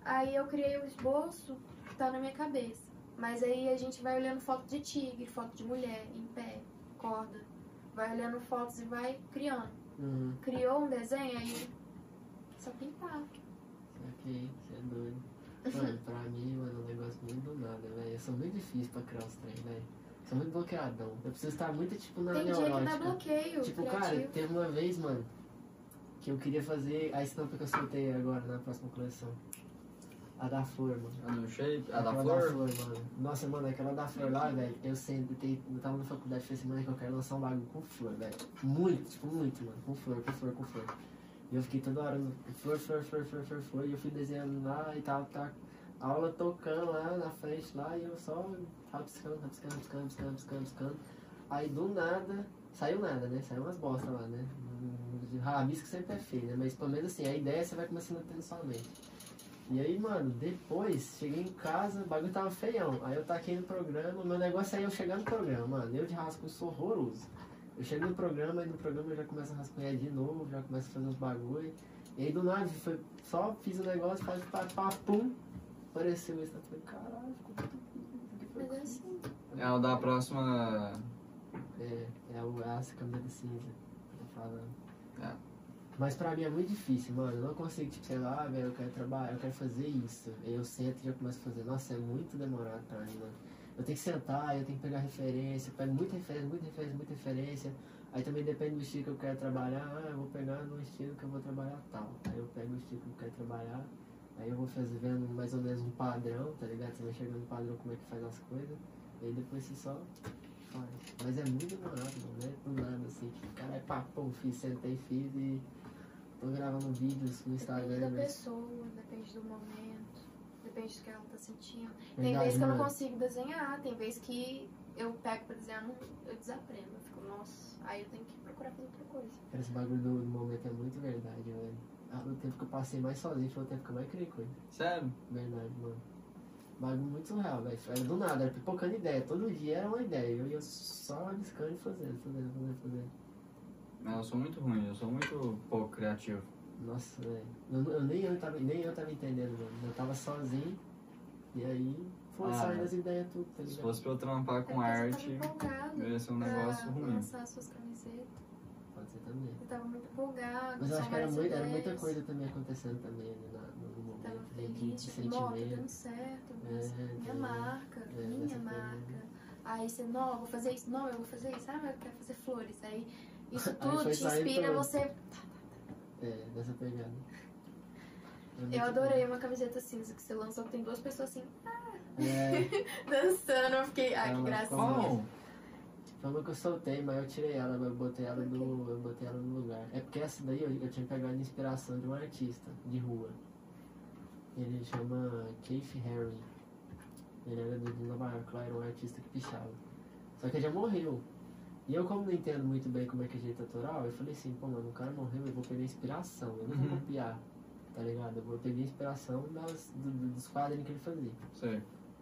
S3: Aí eu criei o esboço que tá na minha cabeça. Mas aí a gente vai olhando foto de tigre, foto de mulher, em pé, corda. Vai olhando fotos e vai criando.
S1: Uhum.
S3: Criou um desenho, aí só pintar.
S1: Ok, você é doido.
S3: [laughs]
S1: Mano, pra mim, mano, é um negócio muito do nada, velho. Eu sou muito difícil pra criar os trem, velho. Sou muito bloqueadão. Eu preciso estar muito, tipo, na
S3: Tem dia que dá
S1: neurótica.
S3: bloqueio
S1: Tipo, cara,
S3: criativo.
S1: teve uma vez, mano, que eu queria fazer a estampa que eu soltei agora na próxima coleção. A da flor, mano.
S2: A do Ah, é shape, a da
S1: Aquela
S2: flor.
S1: mano. Nossa, mano, aquela da flor lá, velho. Eu sentei, eu tava na faculdade, falei assim, mano, que eu quero lançar um bagulho com flor, velho. Muito, tipo, muito, mano. Com flor, com flor, com flor. E eu fiquei toda hora, flor, flor, flor, flor, flor, flor. E eu fui desenhando lá e tava, tava a aula tocando lá na frente, lá. E eu só rabiscando, rabiscando, rabiscando, rabiscando, rabiscando, rabiscando. Aí do nada, saiu nada, né? Saiu umas bosta lá, né? Hum, Rabisco sempre é feio, né? Mas pelo menos assim, a ideia você vai começando a ter na sua mente. E aí, mano, depois, cheguei em casa, o bagulho tava feião. Aí eu taquei no programa, meu negócio aí eu chegar no programa, mano. Eu de rascunho sou horroroso. Eu chego no programa, aí no programa eu já começo a rascunhar de novo, já começo a fazer uns bagulho. E aí do nada, foi, só fiz o negócio, faz pá, pá, pum, apareceu isso. Eu falei, caralho, ficou
S3: Mas é
S1: muito
S3: assim.
S2: É a da próxima.
S1: é, é o é essa camisa cinza que eu tô falando.
S2: É.
S1: Mas pra mim é muito difícil, mano. Eu não consigo, tipo, sei lá, "Ah, velho, eu quero trabalhar, eu quero fazer isso. Aí Eu sento e já começo a fazer. Nossa, é muito demorado pra mim, mano. Eu tenho que sentar, eu tenho que pegar referência, eu pego muita referência, muita referência, muita referência. Aí também depende do estilo que eu quero trabalhar. Ah, eu vou pegar no estilo que eu vou trabalhar tal. Aí eu pego o estilo que eu quero trabalhar. Aí eu vou fazer, vendo mais ou menos um padrão, tá ligado? Você vai chegando no padrão como é que faz as coisas. E aí depois você só Faz. Mas é muito demorado, não é do nada, assim. Tipo, cara, é papão, fiz, sentei, fiz e tô gravando vídeos no
S3: Depende
S1: Instagram.
S3: da
S1: Mas...
S3: pessoa, depende do momento, depende do que ela tá sentindo. Tem
S1: Verdade, né?
S3: vezes que eu não
S1: mano.
S3: consigo desenhar, tem vezes que eu pego pra desenhar, não- eu desaprendo. Eu fico, nossa, aí eu tenho que procurar fazer outra coisa.
S1: Cara, Esse bagulho do, do momento é muito verdade, velho. Ah, o tempo que eu passei mais sozinho foi o tempo que eu mais criei coisa.
S2: Sério?
S1: Verdade, mano. Bagulho muito surreal, velho. Era do nada, era pipocando ideia. Todo dia era uma ideia. Eu ia só arriscando e fazendo, fazendo, fazendo, fazendo.
S2: Mas eu sou muito ruim, eu sou muito pouco criativo.
S1: Nossa, velho. Eu, eu nem, eu tava, nem eu tava entendendo, mano. Eu tava sozinho. E aí foi
S2: Ah,
S1: saindo
S2: mas-
S1: as ideias tudo, tá
S2: Se
S1: ligado?
S2: fosse pra eu trampar com
S3: É porque
S2: arte,
S3: você tava empolgado
S2: ia ser um
S3: pra
S2: negócio ruim.
S3: lançar suas camisetas.
S1: Pode ser também.
S3: Eu tava muito empolgado.
S1: Mas eu acho
S3: são
S1: que era,
S3: várias
S1: muito, era
S3: ideias.
S1: muita coisa também acontecendo também ali na, no
S3: Tava
S1: momento, né? De, de
S3: feliz, tipo, ó, tá dando
S1: sentimento.
S3: certo,
S1: É,
S3: mas minha
S1: é.
S3: marca,
S1: É,
S3: minha
S1: dessa
S3: marca. Aí você, não, eu vou fazer isso, não, eu vou fazer isso, ah, mas eu quero fazer flores. Aí isso
S1: [laughs] Aí
S3: tudo
S1: foi
S3: te
S1: saindo
S3: inspira,
S1: tudo.
S3: você.
S1: É, dessa pegada. É muito
S3: Eu adorei uma camiseta cinza que você lançou, que tem duas pessoas assim, [laughs]
S1: bom. É,
S3: dançando. Eu fiquei, ai, que
S1: Ela
S3: gracinha.
S1: ficou-
S2: Qual?
S1: foi uma que eu soltei, mas eu tirei ela, mas eu botei ela no. Eu botei ela no lugar. É porque essa daí eu, eu tinha pegado a inspiração de um artista de rua. Ele chama Keith Harry. Ele era do de Nova York, lá era um artista que pichava. Só que ele já morreu. E eu, como não entendo muito bem como é que é jeito autoral, eu falei assim, pô, mano, o cara morreu, eu vou pegar a inspiração, eu não vou
S2: Uhum.
S1: copiar, tá ligado? Eu vou pegar a inspiração das, do- do- dos quadrinhos que ele fazia.
S2: Sei.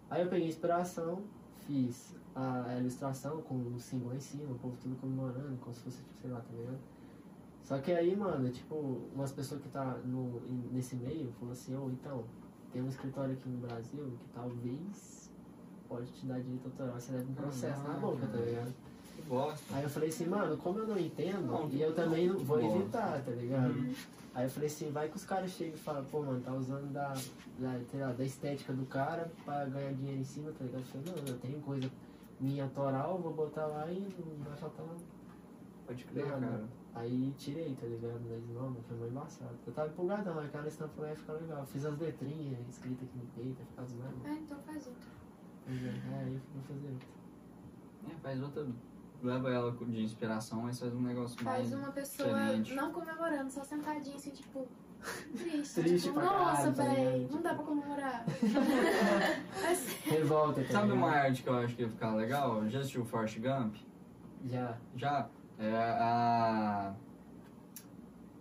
S1: Aí eu peguei a inspiração, fiz a ilustração com o símbolo em cima, o povo tudo comemorando, como se fosse, tipo, sei lá, tá ligado? Só que aí, mano, tipo, umas pessoas que tá no, em- nesse meio falou assim, ô, então, tem um escritório aqui no Brasil que talvez pode te dar direito autoral, você leva um processo na boca, tá ligado?
S2: Que bosta.
S1: Aí eu falei assim, mano, como eu não entendo,
S2: Não, Uhum.
S1: e eu também não vou
S2: bom.
S1: evitar, tá ligado? Aí eu falei assim, vai que os caras chegam e falam, pô, mano, tá usando da, da, sei lá, da estética do cara pra ganhar dinheiro em cima, tá ligado? Eu falei, não, eu tenho coisa minha autoral, vou botar lá e não vai faltar nada.
S2: Pode crer,
S1: Não,
S2: cara.
S1: Aí tirei, tá ligado? Mas não, mano, foi muito embaçado. Eu tava empolgadão, mas cara, esse tampão ia ficar legal. Fiz as letrinhas escritas aqui no peito, ia ficar zoado.
S3: Ah, então faz outra.
S1: Pois é, né? Aí eu fui fazer outra.
S2: É, faz outra. Leva ela de inspiração, mas faz um negócio
S3: Faz
S2: mais.
S3: uma pessoa
S2: diferente.
S3: não comemorando, só sentadinha assim, tipo, triste.
S1: Triste
S3: tipo,
S1: pra caralho,
S3: nossa,
S1: tá
S3: véi,
S1: ligado?
S3: não dá pra comemorar. Assim,
S1: Revolta, tá
S2: Sabe
S1: ligado?
S2: uma arte que eu acho que ia ficar legal? Já assistiu Forrest Gump?
S1: Já.
S2: Já. É a,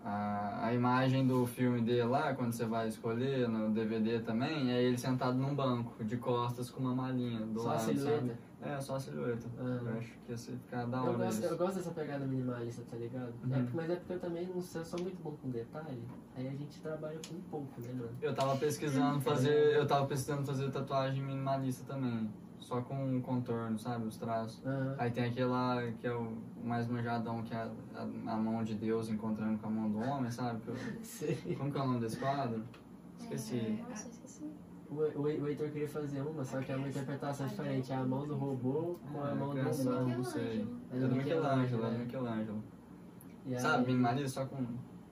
S2: a. A imagem do filme dele lá, quando você vai escolher no DVD também, é ele sentado num banco, de costas, com uma malinha do
S1: Só a
S2: lado.
S1: silhueta.
S2: sabe? É, só a silhueta.
S1: Ah.
S2: Eu acho que ia ser- ficar da
S1: Eu
S2: hora
S1: gosto, eu
S2: isso.
S1: gosto dessa pegada minimalista, tá ligado?
S2: Uhum.
S1: É porque- mas é porque eu também não sou, sou muito bom com detalhe, aí a gente trabalha com pouco, né, mano?
S2: Eu tava pesquisando fazer. Eu tava pesquisando fazer tatuagem minimalista também. Só com o contorno, sabe? Os traços.
S1: [laughs] Aham.
S2: Aí tem aquele lá que é o mais manjadão, que é a, a- a mão de Deus encontrando com a mão do homem, sabe? Que eu-
S1: Sei.
S2: como que é o nome desse quadro? Esqueci.
S3: é, Nossa, esqueci.
S1: O, o, o Heitor queria fazer uma, só que é uma interpretação diferente. É a mão do robô
S2: é
S1: com
S2: Ah,
S1: a mão do
S2: Não,
S3: Do
S1: humano.
S2: não sei.
S3: Michelangelo.
S2: É do Michelangelo, é do
S1: né?
S2: Michelangelo.
S1: E aí-
S2: Sabe, minimalista só com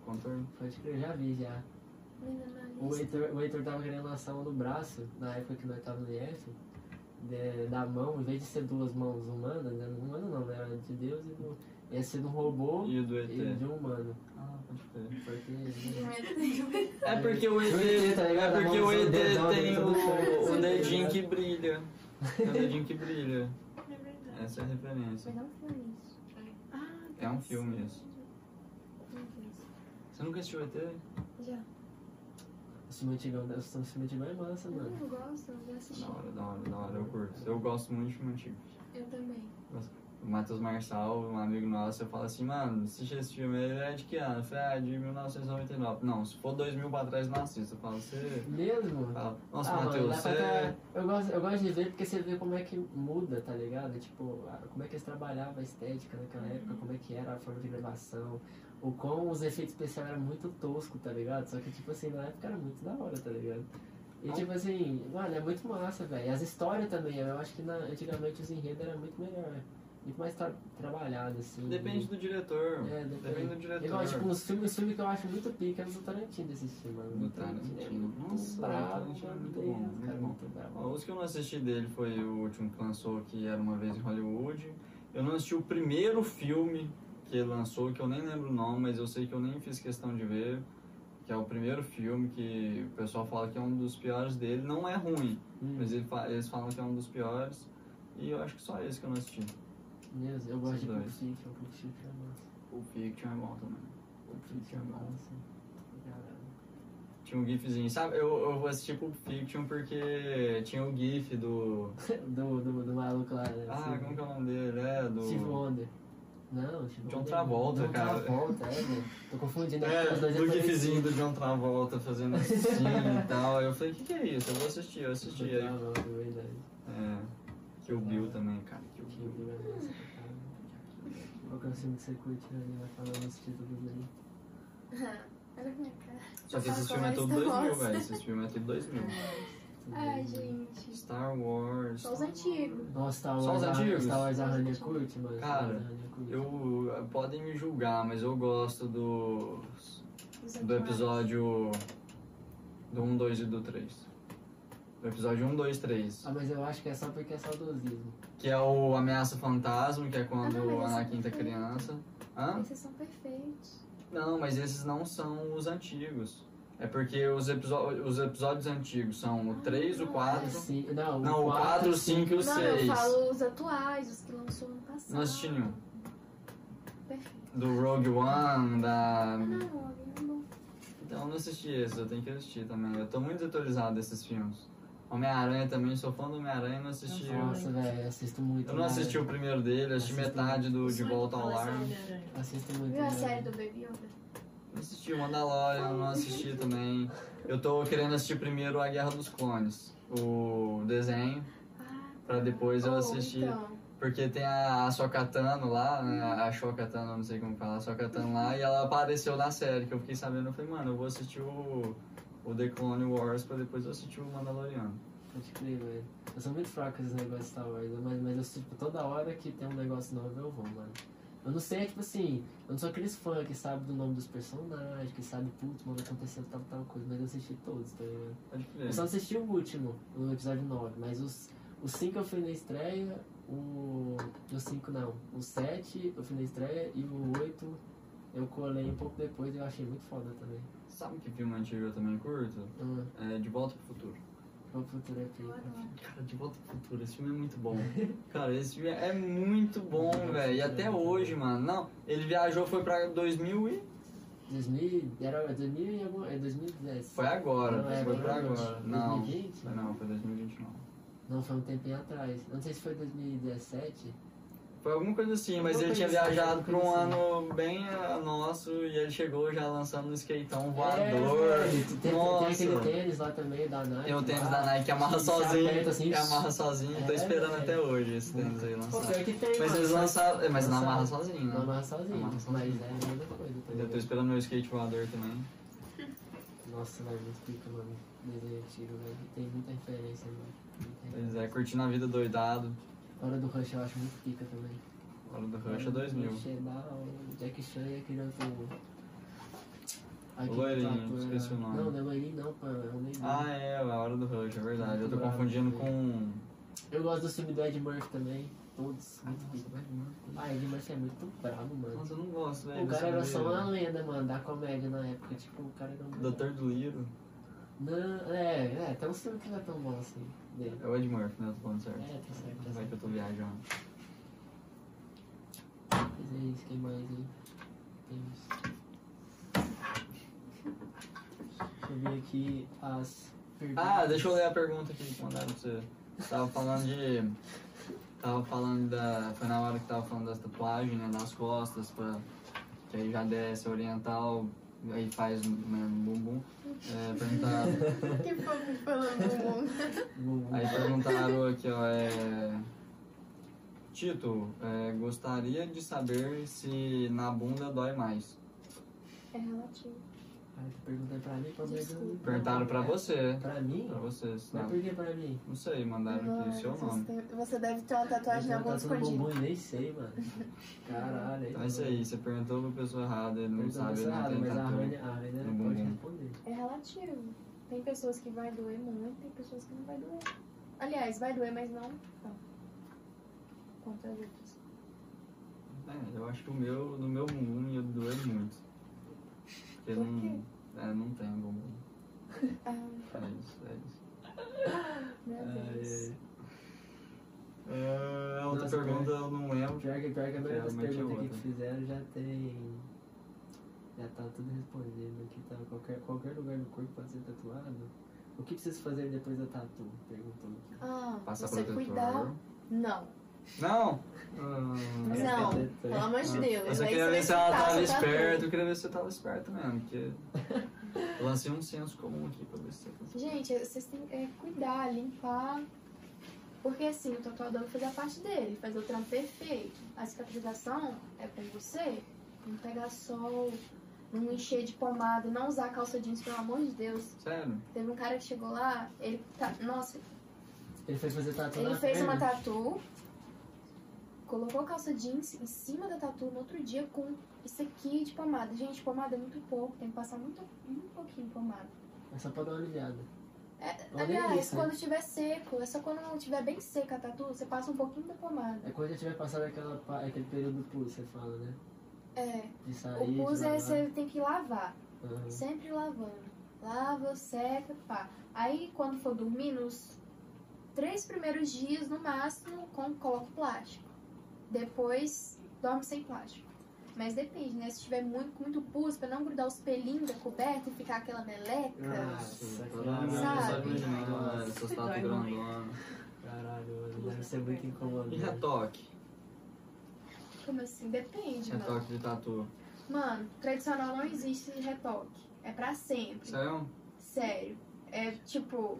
S2: contorno.
S1: Pode crer, eu já vi já. O
S3: Minimalista.
S1: Heitor, o Heitor tava querendo lançar uma no braço, na época que nós tava no IF, de- da mão, em vez de ser duas mãos humanas, né? Humano não, era de Deus e do. Ia ser do robô
S2: E o do
S1: e de
S2: ET.
S1: um humano.
S2: Ah, pode crer.
S1: Porque. né,
S2: É porque o ET,
S1: tá ligado?
S2: é porque o ET
S1: Dedão,
S2: tem
S1: dedão,
S2: o, o
S1: dedão.
S2: dedinho
S1: [laughs]
S2: que brilha. É o dedinho que brilha.
S3: É verdade.
S2: Essa é a referência.
S3: Mas não foi isso. Ah,
S2: É um
S3: nossa.
S2: filme isso. Você nunca assistiu o ET?
S3: Já.
S1: O filme antigão, o filme antigão é massa,
S3: Eu
S1: mano.
S3: não gosto, eu já assisti.
S2: Da hora, da hora, da hora. Eu curto. Eu gosto muito de filme antigo.
S3: Eu também.
S2: O Matheus Marçal, um amigo nosso, eu falo assim, mano, assiste esse filme, ele é de que ano? Eu falei, ah, de 1999. Não, se for 2000 pra trás, não assista. Eu falo, você...
S1: Mesmo?
S2: Fala, Nossa,
S1: Ah, mano,
S2: Matheus,
S1: dá pra
S2: você... é-
S1: tá- eu, gosto, eu gosto de ver porque você vê como é que muda, tá ligado? Tipo, a- como é que eles trabalhavam a estética naquela época, como é que era a forma de gravação, o quão os efeitos especiais eram muito tosco, tá ligado? Só que, tipo assim, na época era muito da hora, tá ligado? E, tipo assim, mano, é muito massa, velho. E As histórias também, eu acho que na- antigamente os enredos eram muito melhor, muito mais tra trabalhado, assim.
S2: Depende do diretor.
S1: É, depende.
S2: Depende do
S1: Eu gosto, tipo,
S2: diretor.
S1: uns filmes, os filmes que eu acho muito pica é os do Tarantino desses filmes, mano.
S2: Do Tarantino. Nossa, o Tarantino é muito bom,
S1: Deus,
S2: muito
S1: Um cara,
S2: bom.
S1: muito bravo.
S2: Ó, Os que eu não assisti dele foi o último que lançou, que era Uma Vez em Hollywood. Eu não assisti o primeiro filme que ele lançou, que eu nem lembro o nome, mas eu sei que eu nem fiz questão de ver. Que é o primeiro filme que o pessoal fala que é um dos piores dele. Não é ruim,
S1: Hum.
S2: mas ele fa- eles falam que é um dos piores. E eu acho que só esse que eu não assisti.
S1: Deus, eu gosto de
S2: Dois.
S1: Pulp Fiction, Pulp Fiction é massa.
S2: O Fiction é bom também. O
S1: Pulp Fiction é massa. Caralho.
S2: Tinha um gifzinho, sabe? Eu, eu vou assistir Pulp Fiction porque tinha o gif do...
S1: Do, do, do maluco lá, né?
S2: Ah,
S1: Steve-
S2: como que é o nome dele? É, do...
S1: Steve Wonder. Não, tipo.
S2: John Travolta,
S1: John
S2: cara.
S1: Travolta, é, velho. Tô confundindo
S2: É,
S1: os dois
S2: do
S1: parecido.
S2: gifzinho do John Travolta fazendo assim e tal. Eu falei, o que, que é isso? Eu vou assistir, eu assisti.
S1: John
S2: Aí,
S1: Travolta, verdade.
S2: é, Kill Bill também, cara. Kill
S1: Kill
S2: Bill.
S1: Bill é massa pra caralho. Qual que é o filme que você curte ali? Vai falar nos títulos aí.
S3: Olha a minha cara.
S2: Só que esse filme é todo 2000, velho. Esse filme é todo
S3: [laughs]
S2: 2000.
S3: Ai, Ah, gente.
S2: Star Wars.
S3: Só os antigos.
S1: Nossa, Star
S2: Só
S1: Wars,
S2: os
S1: a-
S2: antigos?
S1: Star Wars a Rania curte, mano. Star
S2: Cara,
S1: Wars a Rania curte.
S2: Eu, ah, podem me julgar, mas eu gosto dos
S3: os
S2: do
S3: antigos.
S2: episódio do 1, 2 e do 3. Do episódio 1, 2, 3.
S1: Ah, mas eu acho que é só porque é saudosismo.
S2: Que é o Ameaça Fantasma, que é quando
S3: Ah, mas
S2: o
S3: esse
S2: Anakin tá
S3: tem.
S2: criança. Hã?
S3: né? Esses são perfeitos.
S2: Não, mas esses não são os antigos. É porque os, episo- os episódios antigos são o 3, o 4.
S1: É Sim, não,
S2: Tá Não, o 4, o 5 e o
S3: não, eu
S2: 6.
S3: falo os atuais, os que lançou no passado.
S2: Não assisti nenhum.
S3: Perfeito.
S2: Do Rogue One, da.
S3: Ah, não, alguém não.
S2: Então eu não assisti esses, eu tenho que assistir também. Eu tô muito desatualizado desses filmes. Homem-Aranha também, sou fã do Homem-Aranha e não assisti. o-
S1: Nossa, velho, eu assisto muito.
S2: Eu não assisti o primeiro dele, eu assisti
S1: Assisto.
S2: metade do De Volta ao Lar.
S1: o... Assisto muito.
S3: Viu a
S1: velho.
S3: série do Baby Yoda?
S2: Não assisti o Mandalorian, não assisti também. Eu tô querendo assistir primeiro a Guerra dos Clones, o desenho,
S3: Ah,
S2: pra depois eu
S1: Oh,
S3: ou
S2: assistir.
S3: Então,
S2: Porque tem a, a Sokatano lá, né,
S1: Uhum.
S2: a Shokatano, não sei como fala, a Sokatano lá, e ela apareceu na série, que eu fiquei sabendo, eu falei, mano, eu vou assistir o, o The Clone Wars pra depois eu assistir o Mandaloriano.
S1: Pode crer, velho. Eu sou muito fraco com esses negócios de Star Wars, mas, mas eu, sou, tipo, toda hora que tem um negócio novo eu vou, mano. Eu não sei, tipo assim, eu não sou aqueles fã que sabe do nome dos personagens, que sabe, putz, mano, aconteceu tal, tal coisa, mas eu assisti todos, tá ligado?
S2: Pode
S1: Eu só
S2: crer.
S1: assisti o último, o episódio 9, mas os, os 5 eu fui na estreia, o. Os 5 não, o 7 eu fui na estreia e o 8 eu colei um pouco depois e eu achei muito foda também.
S2: Sabe que filme antigo eu também curto?
S1: Ah,
S2: É De Volta pro Futuro.
S1: vou pro futuro
S3: eu
S1: aqui.
S3: adoro.
S2: Cara, De Volta pro Futuro, esse filme é
S1: [laughs]
S2: muito bom. Cara, esse filme é muito bom, velho. E até hoje, mano. Não, ele viajou, foi pra 2000 e...
S1: 2000, era 2000 e algum, é 2010.
S2: Foi agora,
S1: Não, é
S2: foi pra
S1: 2020.
S2: agora. Não,
S1: 2020?
S2: foi não, foi 2029.
S1: Não, foi um tempinho atrás. Eu Não sei se foi 2017.
S2: Foi alguma coisa assim, mas
S1: Alguma
S2: ele tinha
S1: coisa assim,
S2: viajado pra
S1: alguma
S2: um
S1: coisa
S2: ano bem ah, nosso e ele chegou já lançando um skateão
S1: É,
S2: voador.
S1: velho, tem, tem aquele né? Ah,
S2: Nossa!
S1: tênis lá também, da Nike.
S2: Tem o tênis
S1: lá.
S2: da Nike que amarra
S1: Se
S2: sozinho,
S1: aperta assim,
S2: que amarra sozinho. Tô
S1: É,
S2: esperando
S1: velho.
S2: até hoje esse tênis aí
S1: Pô,
S2: lançar.
S1: pior que tem,
S2: Mas
S1: mano.
S2: eles lançaram, é, mas não
S1: Lançaram.
S2: amarra sozinho,
S1: Não
S2: né?
S1: amarra sozinho,
S2: Amarra sozinho.
S1: mas é a mesma coisa. Tá
S2: Eu tô
S1: ligado?
S2: esperando meu skate voador também.
S1: Nossa, velho, me explica, mano. Desenho antigo, velho. Tem muita referência, mano. Muita
S2: Pois
S1: referência.
S2: é, curtindo a vida doidado.
S1: Hora do Rush eu acho muito pica também.
S2: Hora do Rush é 2000.
S1: Rush é da hora. Jack Chan é e aquele outro. aquele
S2: loirinho,
S1: outro ator
S2: esqueci
S1: lá.
S2: o nome.
S1: Não, não é loirinho não, pô. É o negro.
S2: Ah, é, a Hora do Rush, é verdade. Eu tô confundindo com...
S1: Eu gosto do filme do Ed Murphy também. Todos. Muito pica. Ah, Ed Murphy é muito brabo, mano.
S2: Nossa, eu não gosto, velho.
S1: O cara era
S2: desse
S1: só
S2: cabelo.
S1: uma lenda, mano, da comédia na época. Tipo, o cara era um.
S2: Doutor do Liro.
S1: Não, é, é, tem um filme que não é tão bom assim. Dele.
S2: É o Ed Murphy, né? Tô falando certo.
S1: É, tá certo, tá
S2: Vai que
S1: certo.
S2: eu tô viajando.
S1: Mas é isso, quem mais aí? Tem isso. Deixa eu ver aqui as perguntas.
S2: Ah, deixa eu ler a pergunta aqui que mandaram pra você. Tava falando de. Tava falando da. Foi na hora que tava falando das tatuagens, né? Das costas, pra. Que aí já desce oriental, aí faz né, bumbum. É, perguntar-
S7: Que fofo falando mundo.
S1: Vou-
S2: aí perguntaram aqui, ó. É, Tito, é, gostaria de saber se na bunda dói mais.
S3: É relativo.
S1: Ah, perguntaram pra mim, pra mim.
S3: Desculpa.
S2: Perguntaram pra você.
S1: Pra mim?
S2: Pra você, se
S1: Mas
S2: na-
S1: por que pra mim?
S2: Não sei, mandaram aqui o seu nome.
S7: Você deve ter uma
S3: Tá,
S7: tatuagem
S3: é
S7: na
S1: Eu
S7: bunda
S1: tava no
S7: escondida.
S1: bumbum e nem sei, mano. Caralho.
S2: Então é isso aí, você perguntou pra pessoa errada, ele não
S1: Perguntou
S2: sabe, ele não
S1: errado,
S2: tem
S1: ah, mas a
S2: tatu.
S1: Rania a Rania
S2: no
S1: pode
S2: bumbum.
S1: responder.
S3: É relativo. Tem pessoas que vai doer muito, tem pessoas que não vai doer. Aliás, vai doer, mas não tanto. Quanto as outras.
S2: É, eu acho que o meu, no meu bumbum ia doer é muito. Porque
S3: Por
S2: não,
S3: quê?
S2: é, não tem bumbum.
S3: Ah,
S2: É isso, é isso.
S3: meu Deus.
S2: É, a outra
S1: Nossa,
S2: pergunta
S1: cara.
S2: eu não lembro.
S1: Pior que, pior que a maioria das
S2: Realmente é
S1: perguntas aqui que
S2: outra.
S1: fizeram já tem. Já tá tudo respondido aqui, tá? Qualquer, qualquer lugar do corpo pode ser tatuado. O que precisa fazer depois da tatu? Perguntou aqui.
S3: Ah,
S2: Passa
S3: você
S2: protetor.
S3: cuidar. Não.
S2: Não?
S6: Não, pelo
S1: né?
S6: amor de Deus.
S2: É. Ah, Eu só
S6: aí
S2: queria
S6: você
S2: ver se ela
S6: tá,
S2: tava
S6: você tá
S2: esperta. Eu queria ver se você tava esperta mesmo, porque. Eu lancei um senso comum aqui pra ver se você consegue.
S3: Gente, vocês têm que é, cuidar, limpar. Porque assim, o tatuador fez a parte dele, fazer o trampo perfeito. A cicatrização é com você. Não pegar sol, não encher de pomada, não usar calça jeans, pelo amor de Deus.
S2: Sério?
S3: Teve um cara que chegou lá, ele tá. Nossa,
S1: Ele foi fazer tatu
S3: ele
S1: na
S3: fez
S1: perna.
S3: uma tatu, colocou calça jeans em cima da tatu no outro dia com isso aqui de pomada. Gente, pomada é muito pouco, tem que passar muito, muito pouquinho de pomada.
S1: É só pra dar uma aliviada. Olha
S3: Aliás,
S1: isso,
S3: É, quando tiver seco, é só quando tiver bem seca a tatu, você passa um pouquinho da pomada.
S1: É quando já tiver passado aquela, pa- aquele período do pus, você fala, né?
S3: É,
S1: De sair,
S3: o pus
S1: de Ah,
S3: é
S1: lavar.
S3: você tem que lavar,
S1: Aham.
S3: sempre lavando. Lava, seca, pá. Aí quando for dormir, nos três primeiros dias no máximo, com, coloca o plástico. Depois dorme sem plástico. Mas depende, né? Se tiver muito, muito pus, pra não grudar os pelinhos da coberta e ficar aquela meleca.
S1: Nossa,
S2: Caralho, eu não
S3: Sabe?
S2: sabe imaginar, mano, essas
S6: Dói
S2: tatuas
S6: muito.
S2: grandonas.
S1: Caralho, mano,
S3: é
S1: deve ser muito né? incomodante.
S2: E retoque?
S3: Como assim? Depende,
S1: É
S3: mano.
S2: Retoque de tatu.
S3: Mano, tradicional não existe retoque. É pra sempre.
S2: Sério?
S3: Sério. É tipo.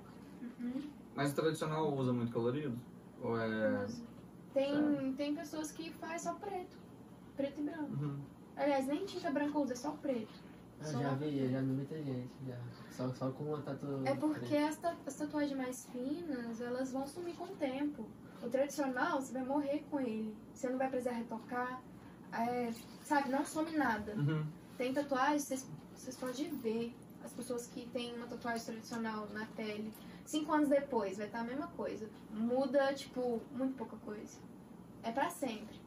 S2: Mas o tradicional usa muito colorido? Ou é.
S3: Tem,
S1: Tá.
S3: tem pessoas que faz só preto. Preto e branco.
S2: Uhum.
S3: Aliás, nem tinta branca usa, é só preto.
S1: Ah, já vi, um eu já vi muita gente, já. Só, só com uma tatu.
S3: É porque as, ta- as tatuagens mais finas, elas vão sumir com o tempo. O tradicional, você vai morrer com ele. Você não vai precisar retocar. É, sabe, não some nada.
S2: Uhum.
S3: Tem tatuagem, vocês, vocês podem ver as pessoas que têm uma tatuagem tradicional na pele. Cinco anos depois, vai estar a mesma coisa. Muda, tipo, muito pouca coisa. É pra sempre.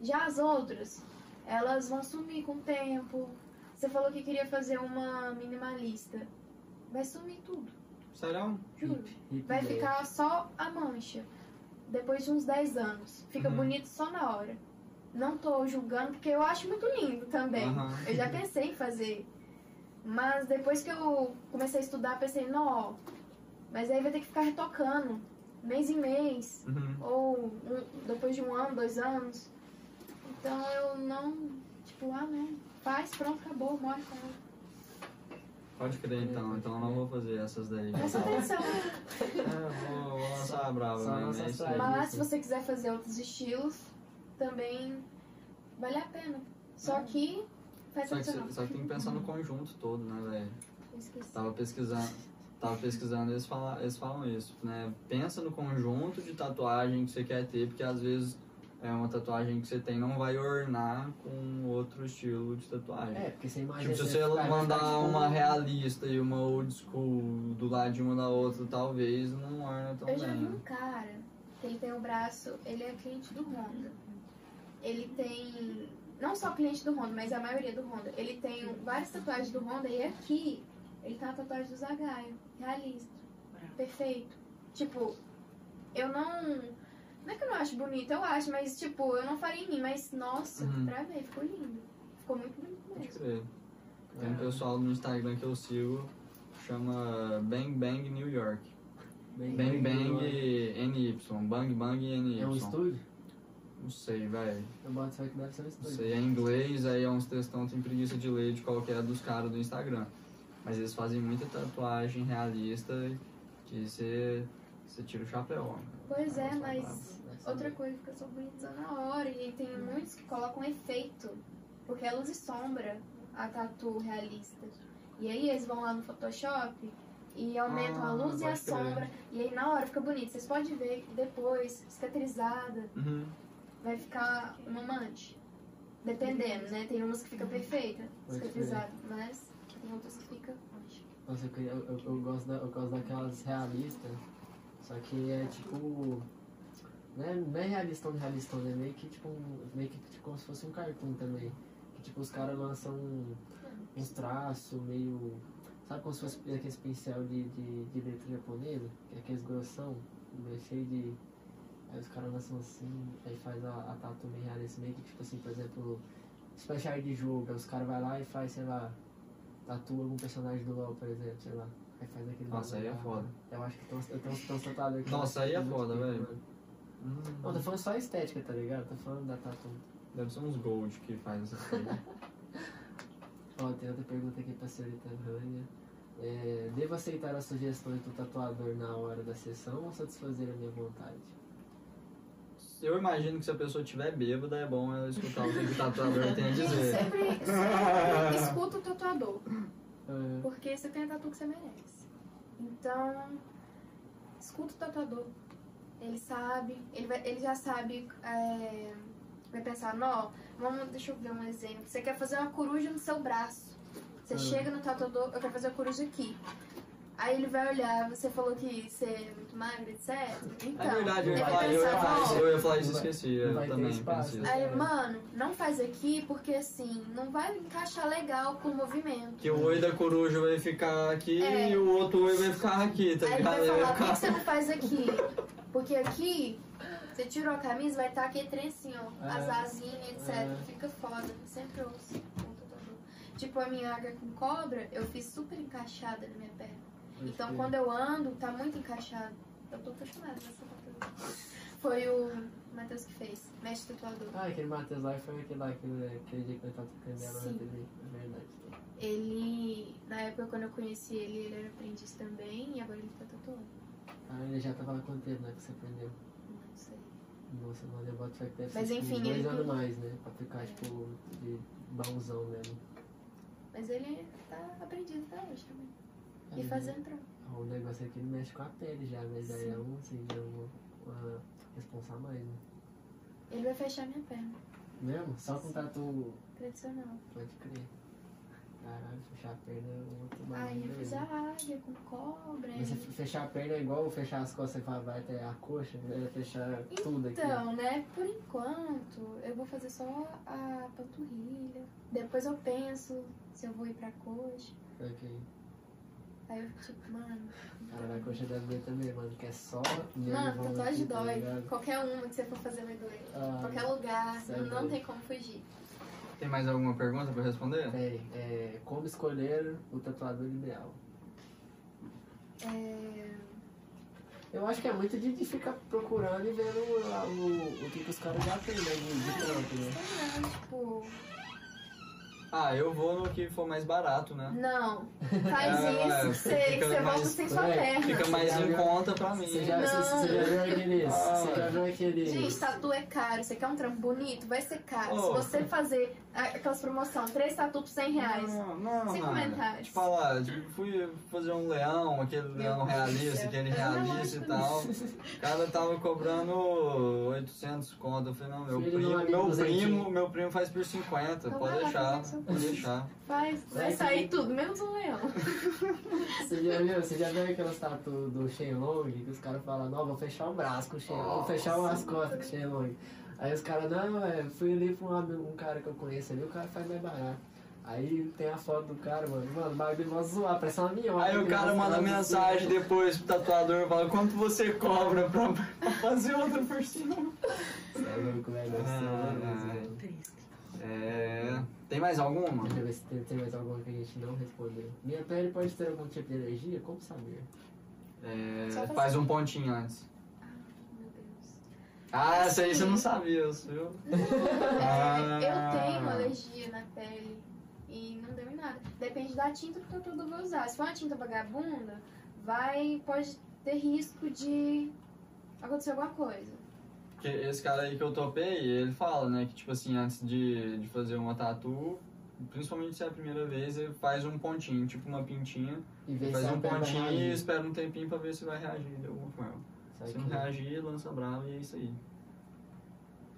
S3: Já as outras, elas vão sumir com o tempo. Você falou que queria fazer uma minimalista. Vai sumir tudo,
S2: Sério?
S3: juro.
S1: Hip
S3: Vai
S1: day.
S3: ficar só a mancha. Depois de uns 10 anos. Fica
S2: Uhum.
S3: bonito só na hora. Não tô julgando, porque eu acho muito lindo também.
S2: Aham.
S3: Eu já pensei em fazer. Mas depois que eu comecei a estudar, pensei, não, mas aí vai ter que ficar retocando. Mês em mês.
S2: Uhum.
S3: Ou um- depois de um ano, dois anos. Então eu não. Tipo, ah, né? Faz, pronto, acabou, morre com ela.
S2: Pode crer então, então eu não vou fazer essas daí.
S3: Presta atenção.
S2: É, vou, vou lançar a brava,
S1: Só lança
S2: né? mas
S1: as
S2: isso
S1: pragas.
S2: aí.
S3: Mas se você quiser fazer outros estilos, também vale a pena. Só que faz
S2: É. Só que,
S3: tradicional.
S2: cê- só que tem que pensar no conjunto todo, né, velho?
S3: Eu esqueci.
S2: Tava pesquisando, tava pesquisando eles, fala, eles falam isso, né? Pensa no conjunto de tatuagem que você quer ter, porque às vezes é uma tatuagem que você tem não vai ornar com outro estilo de tatuagem.
S1: É, porque você imagina.
S2: Tipo, se
S1: você
S2: você
S1: vai-
S2: mandar
S1: vai-
S2: uma realista e uma old school do lado de uma da outra, talvez não orna tão
S3: Eu já
S2: bem.
S3: vi
S2: né?
S3: um cara que ele tem o braço, ele é cliente do Honda. Ele tem, não só cliente do Honda, mas a maioria do Honda. Ele tem várias tatuagens do Honda e aqui ele tem uma tatuagem do Zagaio, realista, perfeito. Tipo, eu não, não é que eu não acho bonito, eu acho, mas tipo, eu não faria em mim, mas nossa,
S2: Uhum.
S3: pra ver, ficou lindo. Ficou muito bonito
S2: Pode
S3: mesmo.
S2: crer. Tem um pessoal no Instagram que eu sigo, chama Bang Bang New York. Bang Bang NY. Bang Bang NY.
S1: né? É um estúdio?
S2: Não sei, velho.
S1: Eu boto fé que deve ser um
S2: Não
S1: estúdio.
S2: sei, é inglês, aí é uns textão, tem preguiça de ler de qualquer dos caras do Instagram. Mas eles fazem muita tatuagem realista que você você tira o chapéu. ó.
S3: Pois é,
S2: Nossa,
S3: mas...
S1: Deve ser
S3: Outra
S1: um-
S3: coisa, fica só bonitona na hora. E tem muitos que colocam efeito, porque é luz e sombra a tatu realista. E aí eles vão lá no Photoshop e aumentam
S2: Ah,
S3: a luz e a
S2: pode crer.
S3: sombra. E aí na hora fica bonito. Vocês podem ver que depois, cicatrizada,
S2: Uhum.
S3: vai ficar uma mancha. Dependendo, né? Tem umas que fica perfeita,
S1: Pode crer.
S3: cicatrizada, mas tem outras que fica mancha.
S1: Nossa, eu, queria- eu, eu- eu gosto da, eu gosto daquelas realistas. Só que é tipo. Né, não é realistão, realistão, né? Meio que tipo. um- Meio que tipo, como se fosse um cartoon também. Que tipo, os caras lançam um- uns traços meio. Sabe como se fosse aqueles pincel de, de, de letra japonesa? Que é aqueles grossão, meio cheio de. Aí os caras lançam assim, aí faz a, a tatu meio realista, meio que tipo assim, por exemplo, especial de jogo, aí os caras vai lá e faz, sei lá, tatua algum personagem do LoL, por exemplo, sei lá. Aí faz aquele
S2: Nossa, aí é
S1: bagulho lá.
S2: foda.
S1: Eu acho que tão- eu tenho uns tatuados aqui.
S2: Nossa, aí é foda, velho.
S1: Não,
S2: Hum,
S1: tô falando só estética, tá ligado? Tô falando da tatu.
S2: deve ser uns gold que faz assim. essas coisas.
S1: Ó, tem outra pergunta aqui pra senhorita Rania. É, devo aceitar as sugestões do tatuador na hora da sessão ou satisfazer a minha vontade?
S2: Eu imagino que se a pessoa estiver bêbada, é bom ela escutar o que o tatuador
S3: [laughs]
S2: tem a dizer. É [laughs]
S3: Sempre, sempre escuta o tatuador.
S1: É,
S3: Porque você tem a tatu que você merece. Então, escuta o tatuador. Ele sabe, ele, vai- ele já sabe. é, vai pensar, não, vamos, deixa eu ver um exemplo. Você quer fazer uma coruja no seu braço. Você
S1: Ah.
S3: chega no tatuador, eu quero fazer a coruja aqui. Aí ele vai olhar, você falou que você é muito magra, etc. Então,
S2: é verdade, eu ia
S3: ele
S2: falar,
S3: vai
S2: eu ia
S3: pensar,
S2: falar isso,
S3: "Não,
S2: eu ia falar isso e esqueci.
S1: Não
S2: Eu
S1: vai ter
S2: também
S1: espaço.
S2: pensei.
S3: Aí,
S1: É.
S3: mano, não faz aqui porque assim, não vai encaixar legal com o movimento.
S2: Que o oi da coruja vai ficar aqui
S3: É.
S2: e o outro oi vai ficar aqui, tá
S3: Aí ele vai
S2: ligado?
S3: falar, por que que
S2: ficar...
S3: você não faz aqui? Porque aqui, você tirou a camisa, vai estar aquele trem assim, ó.
S1: É.
S3: As asinhas, etc.
S1: É.
S3: Fica foda. Sempre ouço. com tatuador. Tipo, a minha águia com cobra, eu fiz super encaixada na minha perna.
S1: pode
S3: então,
S1: crer.
S3: quando eu ando, tá muito encaixado. Eu tô acostumada nessa tatuagem. Foi o Matheus que fez. Mestre tatuador.
S1: Ah, aquele Matheus lá foi aquele lá, aquele, aquele dia que eu tava tocando ela na
S3: Sim.
S1: TV. É verdade.
S3: Ele, na época, quando eu conheci ele, ele era aprendiz também. E agora ele tá tatuando.
S1: Ah, ele já tava lá quanto tempo, né, que você aprendeu?
S3: Não sei.
S1: Nossa, mano, eu boto fé que deve
S3: Mas
S1: ser, tipo,
S3: enfim,
S1: dois
S3: ele-
S1: anos mais, né? Pra ficar, tipo, de baúzão mesmo.
S3: Mas ele tá aprendido até hoje também.
S1: Aí,
S3: E um
S1: né?
S3: fazendo pra
S1: Ah, O negócio aqui mexe com a pele já, mas daí é um, assim, é uma, uma responsa a mais, né?
S3: Ele vai fechar minha perna,
S1: Mesmo? Só com tatu,
S3: tradicional.
S1: pode crer. Caralho, fechar a perna é um outro
S3: Aí
S1: bagulho.
S3: eu fiz
S1: mesmo.
S3: a águia com cobra.
S1: Mas se
S3: e-
S1: fechar a perna é igual fechar as costas e falar, vai até a coxa, é fechar tudo aqui. ó.
S3: Então, né, por enquanto, eu vou fazer só a panturrilha. Depois eu penso se eu vou ir pra coxa.
S1: Ok.
S3: Aí eu fico tipo, mano.
S1: Cara, a coxa deve doer também, mano, que é só...
S3: Mano,
S1: nervão
S3: tatuagem
S1: aqui, tá
S3: dói.
S1: ligado?
S3: Qualquer uma que você for fazer vai doer.
S1: Ah,
S3: Qualquer lugar,
S1: sério,
S3: não
S1: velho.
S3: tem como fugir.
S2: Tem mais alguma pergunta pra responder?
S1: Tem, é, como escolher o tatuador ideal?
S3: É.
S1: Eu acho que é muito de, de ficar procurando e vendo o, o, o que, que os caras já têm, né? De, de trampo, né?
S3: Sei
S1: [laughs]
S3: lá, tipo.
S2: Ah, eu vou no que for mais barato, né?
S3: Não,
S2: Ah,
S3: faz
S1: [laughs]
S3: isso, que você, que
S2: fica
S3: você volta
S2: mais-
S3: sem sua
S1: é,
S3: perna.
S2: Fica mais em conta pra mim.
S1: Você já,
S3: Não.
S1: você, você já viu aqueles. Você já viu aqueles.
S3: Gente, tatu é caro. Você quer um trampo bonito? Vai ser caro.
S2: Ô.
S3: Se você fazer a- aquelas promoções, três tatu por 100 reais.
S2: Não, não,
S3: Sem
S2: mano.
S3: comentários.
S2: Tipo, olha lá, tipo, fui fazer um leão, aquele leão realista, aquele
S3: É,
S2: realista e
S3: lógico.
S2: tal. O cara tava cobrando 800 conto. Eu falei, não, meu
S1: Filho, não é
S2: primo, meu
S1: 200.
S2: primo, meu primo faz por 50,
S3: Então
S2: pode
S3: vai lá,
S2: deixar,
S3: faz essa
S2: pode deixar.
S3: Faz, vai
S2: é
S1: Sim.
S3: sair tudo, menos um leão.
S1: Você já viu, você já viu aquelas tatu do Shenlong que os caras falam, não, vou fechar o braço com o Shenlong, vou fechar as costas com o Shenlong. Aí os caras, não, é, fui ali pra um, ami- um cara que eu conheço ali, o cara faz mais barato. Aí tem a foto do cara, mano, mano, o bagulho vai zoar, parece uma minhoca. né?
S2: Aí o
S1: que
S2: cara
S1: nasce
S2: manda
S1: lá do
S2: mensagem
S1: fundo.
S2: depois pro tatuador, fala, quanto você cobra pra pra [laughs] fazer outra por cima?
S1: Você é louco,
S2: Ah,
S1: velho, você é louco,
S2: Ai,
S1: velho.
S2: É... Tem mais alguma?
S1: Deixa eu ver se tem, tem mais alguma que a gente não respondeu. Minha pele pode ter algum tipo de energia? Como saber?
S2: É...
S3: Só pra
S2: Faz um pontinho antes.
S3: Meu Deus.
S2: Ah, isso aí você não sabia, isso, viu? Ah.
S3: É, eu tenho alergia na pele e não deu em nada. Depende da tinta que o tatu vai usar. Se for uma tinta vagabunda, vai, pode ter risco de acontecer alguma coisa.
S2: Que esse cara aí que eu topei, ele fala, né, que tipo assim, antes de, de fazer uma tatu, principalmente se é a primeira vez, ele faz um pontinho, tipo uma pintinha,
S1: E ver
S2: faz
S1: se é a
S2: um
S1: pele vai
S2: pontinho e
S1: reagir.
S2: espera um tempinho pra ver se vai reagir de alguma forma.
S1: Só
S2: Se
S1: que-
S2: não reagir, lança brava e é isso aí.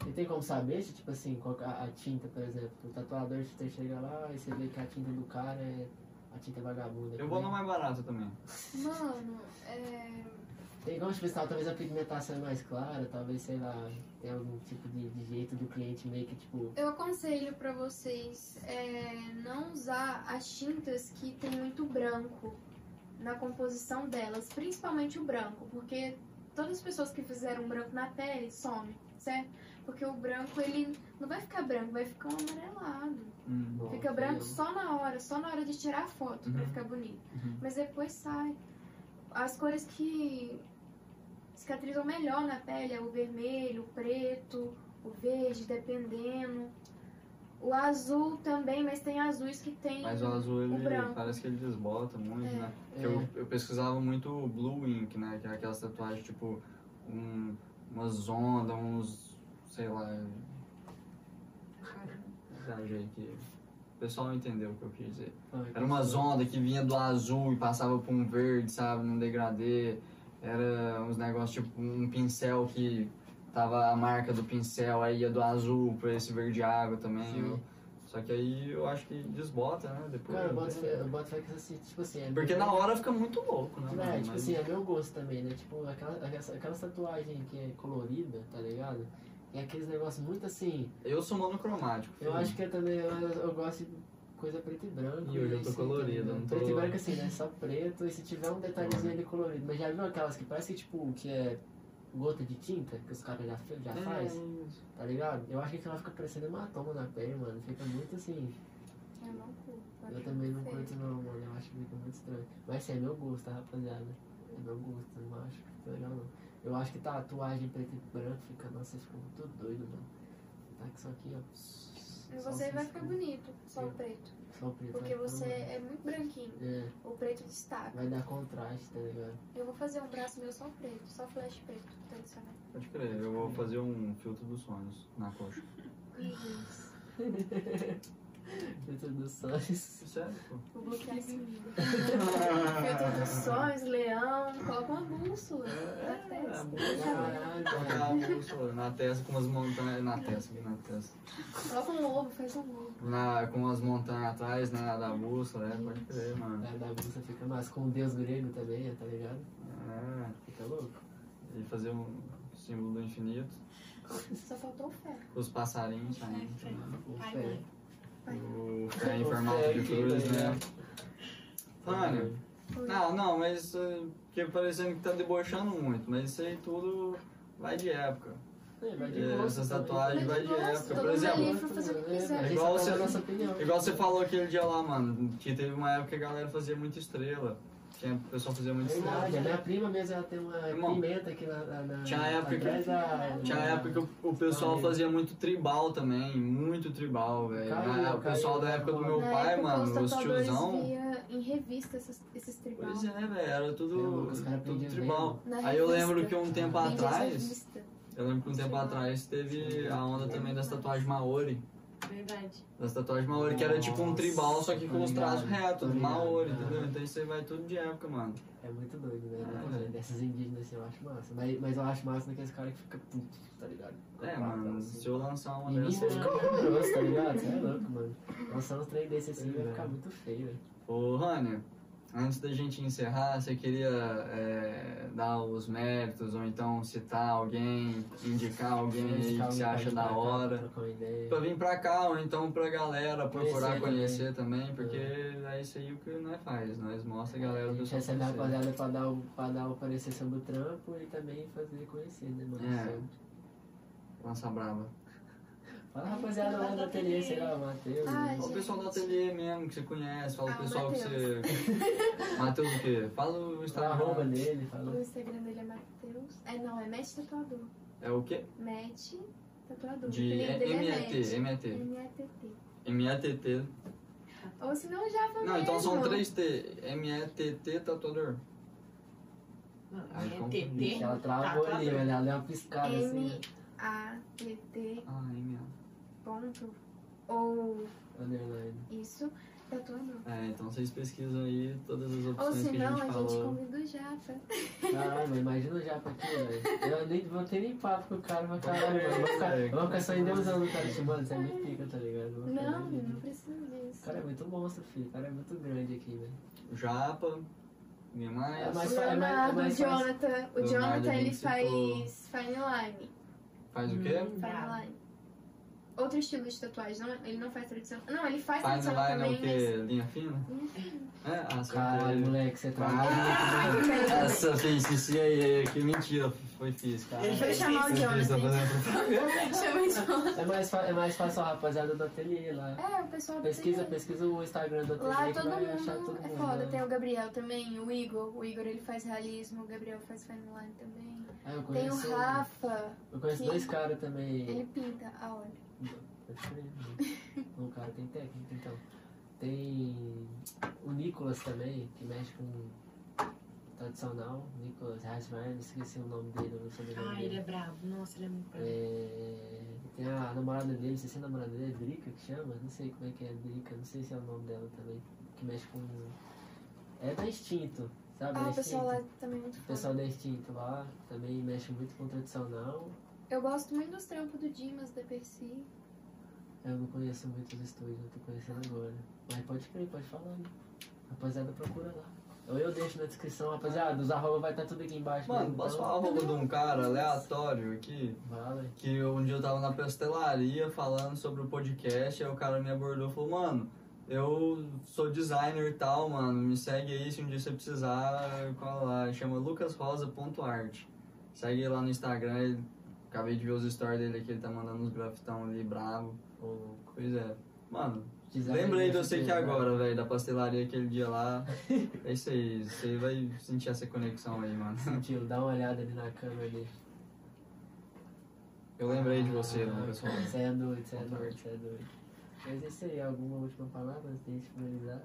S1: E tem como saber se, tipo assim, qual que- a, a tinta, por exemplo, o tatuador você chega lá e você vê que a tinta do cara é a tinta vagabunda.
S2: Eu vou na
S1: né?
S2: mais barata também.
S3: Mano, é.
S1: Tem como, tipo, tal- talvez a pigmentação é mais clara, talvez, sei lá, tem algum tipo de, de jeito do cliente meio que, tipo,
S3: Eu aconselho pra vocês é, não usar as tintas que tem muito branco na composição delas, principalmente o branco, porque todas as pessoas que fizeram branco na pele somem, certo? Porque o branco ele não vai ficar branco, vai ficar um amarelado.
S2: Hum.
S1: bom,
S3: Fica branco
S1: entendeu?
S3: só na hora, só na hora de tirar a foto pra
S2: Uhum.
S3: ficar bonito.
S2: Uhum.
S3: Mas depois sai. As cores que cicatrizam melhor na pele, é o vermelho, o preto, o verde, dependendo. O azul também, mas tem azuis que tem.
S2: Mas o azul, ele
S3: branco.
S2: parece que ele desbota muito,
S3: É.
S2: né?
S8: É.
S2: Eu, eu pesquisava muito o Blue Ink, né? Que é aquelas tatuagens, tipo, um, umas ondas, uns, sei lá... Exagerei aqui. O pessoal entendeu o que eu quis dizer. Era uma onda que vinha do azul e passava pra um verde, sabe? Num degradê. Era uns negócios tipo um pincel que tava a marca do pincel, aí ia do azul pra esse verde água também.
S1: Sim.
S2: Só que aí eu acho que desbota, né? Depois.
S1: Cara, eu boto fé- eu boto fé que isso assim, tipo assim. É
S2: Porque
S1: meu-
S2: na hora fica muito louco, né?
S1: Não,
S2: mano?
S1: é, tipo
S2: Mas-
S1: assim, é meu gosto também, né? Tipo, aquela, aquela, aquela tatuagem que é colorida, tá ligado? E aqueles negócios muito assim.
S2: Eu sou monocromático.
S1: Eu acho que eu também eu, eu gosto de coisa preto e branco.
S2: E hoje eu tô
S1: assim, tá
S2: colorido,
S1: ligado?
S2: eu não tô-
S1: Preto e branco assim, né? Só preto, e se tiver um detalhezinho ele colorido. Mas já viu aquelas que parece que, tipo, que é gota de tinta, que os caras já, fe-
S3: É.
S1: já faz, tá ligado? Eu acho que aquela fica parecendo hematoma na pele, mano. Fica muito assim.
S3: Eu não curto.
S1: Eu também não curto não, mano. Eu acho que fica muito estranho. Mas assim, é meu gosto, tá, rapaziada. É meu gosto, eu não acho que fica legal não. Eu acho que tatuagem preto e branco fica, nossa, fica muito doido, mano. Tá com isso aqui, ó.
S3: E
S1: Só
S3: Você vai
S1: assim,
S3: ficar bonito, só o preto.
S1: Só o preto.
S3: Porque
S1: vai ficar
S3: você é muito branquinho.
S1: bonito. É,
S3: O preto destaca.
S1: vai dar contraste, tá ligado? [laughs]
S3: Eu vou fazer um braço meu só preto, só flash preto, tradicional.
S2: Pode crer, eu vou fazer um filtro dos sonhos na coxa.
S1: Filtro dos sonhos.
S2: Sério,
S1: [laughs]
S2: pô.
S3: Vou bloquear esse menino. Filtro dos sonhos, leão, coloca uma bússola na
S2: É,
S3: testa.
S2: boa.
S1: Caralho,
S2: Colocar
S1: cara.
S2: a bússola na testa com umas montanhas. Na testa, aqui na testa.
S3: Coloca um ovo, faz um ovo.
S2: Na, com as montanhas atrás, né? Da bússola, é, pode crer, mano.
S1: Vai dar bolsa, fica mais com o deus grego também, tá ligado?
S2: É,
S1: Fica louco.
S2: e fazer um símbolo do infinito,
S3: Só faltou o ferro.
S2: com os passarinhos saindo.
S1: O
S6: Ai,
S1: fé.
S6: mãe.
S2: O pé em
S1: O
S2: formato
S1: fé
S2: de
S1: Um aqui,
S2: cruz,
S1: tá
S2: né?
S1: ligado?
S2: Mano, não, não, mas. eh, Porque parecendo que tá debochando muito, mas isso aí tudo vai de época.
S1: É, vai de
S2: É,
S1: gosto
S2: essas
S1: também.
S2: tatuagens vai de
S3: Mas
S2: época.
S3: gosto,
S2: Por
S3: todo mundo é
S2: exemplo,
S3: livre pra fazer o que quiser.
S1: É
S2: Igual
S1: igual você
S2: você-
S1: nossa opinião.
S2: Igual você falou aquele dia lá, mano, que teve uma época que a galera fazia muita estrela. Tinha o pessoal fazia muita estrela.
S1: É Verdade, né? a minha prima mesmo ela tem uma
S2: Irmão,
S1: pimenta aqui na. na, na
S2: tinha a época que-
S1: atrás da,
S2: Tinha época que o- o pessoal fazia muito tribal também, muito tribal, velho.
S1: Caiu,
S2: Na- O
S1: caiu.
S2: pessoal da época do meu
S3: Na
S2: pai,
S3: época,
S2: mano, os
S3: tatuadores
S2: tiozão.
S3: via em revista esses, esses tribal.
S2: Pois é, velho, era tudo,
S1: Eu- os caras
S2: tudo
S1: aprendiam
S2: tribal.
S3: bem. Na
S2: Aí eu
S3: revista.
S2: lembro que um tempo
S3: Vende essa
S2: atrás,
S3: revista.
S2: eu lembro que um tempo
S3: Tribal.
S2: atrás teve a onda também das tatuagens Maori.
S6: Verdade.
S2: Das tatuagens Maori, que era tipo um
S1: Nossa,
S2: tribal, só que
S1: tô
S2: com os traços
S1: ligado,
S2: retos,
S1: tô ligado, É.
S2: Maori,
S1: aham.
S2: entendeu? Então isso aí vai tudo de época, mano.
S1: É muito doido, velho.
S2: Ah,
S1: Muito
S2: velho.
S1: doido. Dessas indígenas assim eu acho massa. Mas, mas eu acho massa naqueles caras que fica puto, tá ligado? Fica
S2: É,
S1: pratão,
S2: mano,
S1: assim.
S2: se eu lançar uma
S1: E isso [laughs]
S2: dessa.
S1: fica horroroso, tá ligado? Você é louco, mano. Lançar uns trem desse assim vai ficar muito feio, velho.
S2: Ô, Rania, antes da gente encerrar, você queria é, dar os méritos ou então citar alguém, indicar alguém aí que você acha da hora.
S1: Trocar uma ideia.
S2: Pra vir pra cá ou então pra galera
S1: Conhecer
S2: procurar conhecer também, porque é isso aí o que nós faz, nós mostra a galera
S1: A
S2: do
S1: gente
S2: pessoal
S1: recebe a
S2: conhecer.
S1: rapaziada pra dar, o, pra dar o parecer sobre o trampo e também fazer conhecer, né, mano?
S2: É.
S1: Sobre.
S2: Lança é brava.
S1: Fala rapaziada lá do ateliê, sei lá, o Matheus.
S3: Ai,
S1: né?
S2: Fala o pessoal do ateliê mesmo que você conhece, fala
S3: Ah,
S2: o
S3: o
S2: pessoal que você. Matheus o quê? Fala o
S1: Fala a tá arroba né?
S2: Instagram.
S1: dele, fala.
S3: O Instagram dele é Matheus. É, não, é Match Tatuador.
S2: É o quê?
S3: Match Tatuador.
S2: De
S3: o apelido dele
S2: MAT,
S3: é
S2: MAT.
S3: Match. MATT.
S2: MATT.
S3: Ou se não, já foi
S2: Não, então são
S3: Hum. mesmo.
S2: três T. M-E-T-T tatuador. Ai, como que
S6: MTT.
S1: Ela travou
S6: é Tá, tá
S1: ali,
S2: né?
S6: bem.
S1: velho. Ela deu uma piscada assim.
S3: M-A-T-T
S2: Ah, M
S3: ponto ou
S1: Underline.
S3: isso, tatuador.
S2: É, então vocês pesquisam aí todas as
S3: Ou
S2: opções
S3: se
S2: que a
S3: não,
S2: gente
S3: a gente
S2: falou.
S3: convida o Japa.
S1: Caralho, imagina o Japa aqui, velho. Eu nem vou ter nem papo com o cara, mas caralho, mano. Vou ficar, eu vou ficar só endeusando o cara. Tipo, mano, você é muito pica, tá ligado?
S2: um
S1: Eu vou ficar
S3: Não,
S1: doido.
S3: não precisa
S1: O
S3: disso.
S1: cara é muito monstro, filho. O cara é muito grande aqui, velho.
S2: Japa, minha mais.
S1: É, mas-
S3: o
S1: fa- é mais- é
S3: Leonardo, o
S1: mais fácil.
S3: Jonathan, o
S2: Leonardo,
S3: Jonathan
S2: a gente
S3: ele
S1: tipo,
S3: faz
S2: citou.
S3: fine line.
S2: Faz o quê?
S6: Hum,
S3: Fine
S6: bravo.
S3: line. Outro estilo de tatuagem, não, ele não faz tradição. Não, ele faz
S2: Faz
S3: tradição
S2: line é o
S3: também, mas.
S2: quê? Linha fina? É, ah,
S1: Caralho,
S2: acertei.
S1: moleque, você tá trabalha.
S2: Ah, Essa fez isso aí, que mentira, foi fiz, cara.
S6: Ele
S3: Vou
S6: fez
S3: chamar o
S2: Você fez, tá
S3: Jonathan.
S1: [laughs]
S2: fazendo-
S3: Chama o Jonathan.
S1: É mais, fa- é mais fácil a rapaziada do ateliê lá.
S3: [laughs] É, o pessoal do
S1: Pesquisa,
S3: ateliê.
S1: pesquisa o Instagram do ateliê
S3: Lá
S1: que
S3: todo
S1: vai achar
S3: mundo
S1: todo
S3: é
S1: mundo.
S3: foda.
S1: né?
S3: Tem o Gabriel também, o Igor. O Igor ele faz realismo, o Gabriel faz fine line também.
S1: Ah, eu
S3: Tem o
S1: conheço,
S3: Rafa,
S1: eu conheço
S3: que-
S1: dois caras também.
S3: ele pinta a óleo.
S1: Pode crer, né? O cara tem técnica, então. Tem o Nicolas também, que mexe com tradicional, Nicolas Rasmaier, esqueci o nome dele, não sei o nome
S6: Ah,
S1: dele.
S6: ele é brabo. Nossa, ele é muito brabo.
S1: É, tem a namorada dele, não sei se é a namorada dele, é Drica que chama, não sei como é que é Drica, não sei se é o nome dela também, que mexe com. É da Instinto, sabe?
S3: Ah,
S1: da
S3: o pessoal
S1: Instinto.
S3: lá também é muito
S1: O
S3: foda.
S1: pessoal da Instinto lá também mexe muito com tradicional.
S3: Eu gosto muito dos trampos do Dimas, da Percy.
S1: Eu não conheço muitos estúdios, eu tô conhecendo agora. Mas pode crer, pode falar. Né? Rapaziada, procura lá. Ou eu deixo na descrição, rapaziada, os arroba vai estar tudo aqui embaixo.
S2: Mano,
S1: mesmo,
S2: posso
S1: então,
S2: falar
S3: Uhum.
S2: o arroba de um cara aleatório aqui?
S1: Vale.
S2: que um dia eu tava na pastelaria falando sobre o podcast, aí o cara me abordou e falou, mano, eu sou designer e tal, mano, me segue aí se um dia você precisar, cola lá, chama lucasrosa.art. Segue ele lá no Instagram, ele- acabei de ver os stories dele aqui, ele tá mandando uns grafitão ali, bravo.
S1: Ou
S2: Pois é. Mano,
S1: design
S2: lembrei de
S1: graphic
S2: você que
S1: design.
S2: agora, velho, da pastelaria aquele dia lá. É isso aí, você vai sentir essa conexão aí, mano.
S1: Tio, dá uma olhada ali na câmera ali.
S2: Eu lembrei de você, né?
S1: Ah,
S2: Lucas Rosa.
S1: Você é doido, você é doido, você é doido. Mas é isso aí, alguma última palavra antes de a gente finalizar?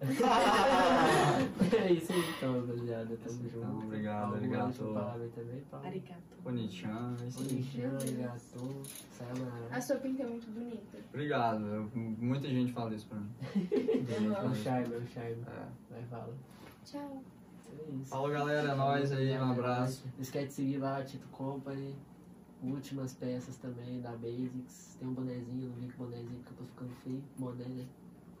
S1: [laughs]
S3: Obrigada.
S1: é isso aí então, rapaziada. Tamo
S2: Então,
S1: junto.
S2: obrigado,
S1: Alguma
S2: arigato.
S1: última palavra aí também, Paulo?
S6: Arigato.
S2: Bonichan, é isso aí.
S1: Onichan, arigato, sayonara.
S3: A sua pinta é muito bonita.
S2: Obrigado, eu- muita gente fala isso pra mim. Muita gente
S1: É
S2: fala
S1: o
S2: isso.
S1: charme, é o charme.
S2: Uhum. É.
S1: Vai, fala.
S3: Tchau.
S1: É isso.
S2: Falou galera, é nóis aí, um abraço.
S1: Não esquece de seguir lá, Tito Company. Últimas peças também da Basics. Tem um bonezinho, não vi que bonezinho porque eu tô ficando feio. Boné, né?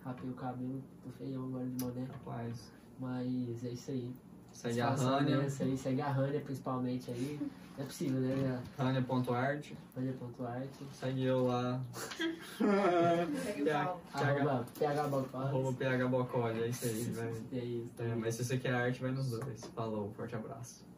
S1: Rapei o cabelo, tô feião agora de boné.
S2: Rapaz,
S1: Mas é isso aí.
S2: segue a
S1: Façam
S2: Rania,
S1: essa aí, segue a Rania principalmente aí. Não é possível, né?
S2: Rania.art,
S1: Rania.art.
S2: segue eu lá.
S6: Segue o Paulo.
S1: Arroba PH
S2: Arroba
S1: Balcões.
S2: PH Bocoli, é isso aí, velho.
S1: É isso,
S2: É,
S1: também.
S2: mas se você quer arte, vai nos dois. Falou, forte abraço.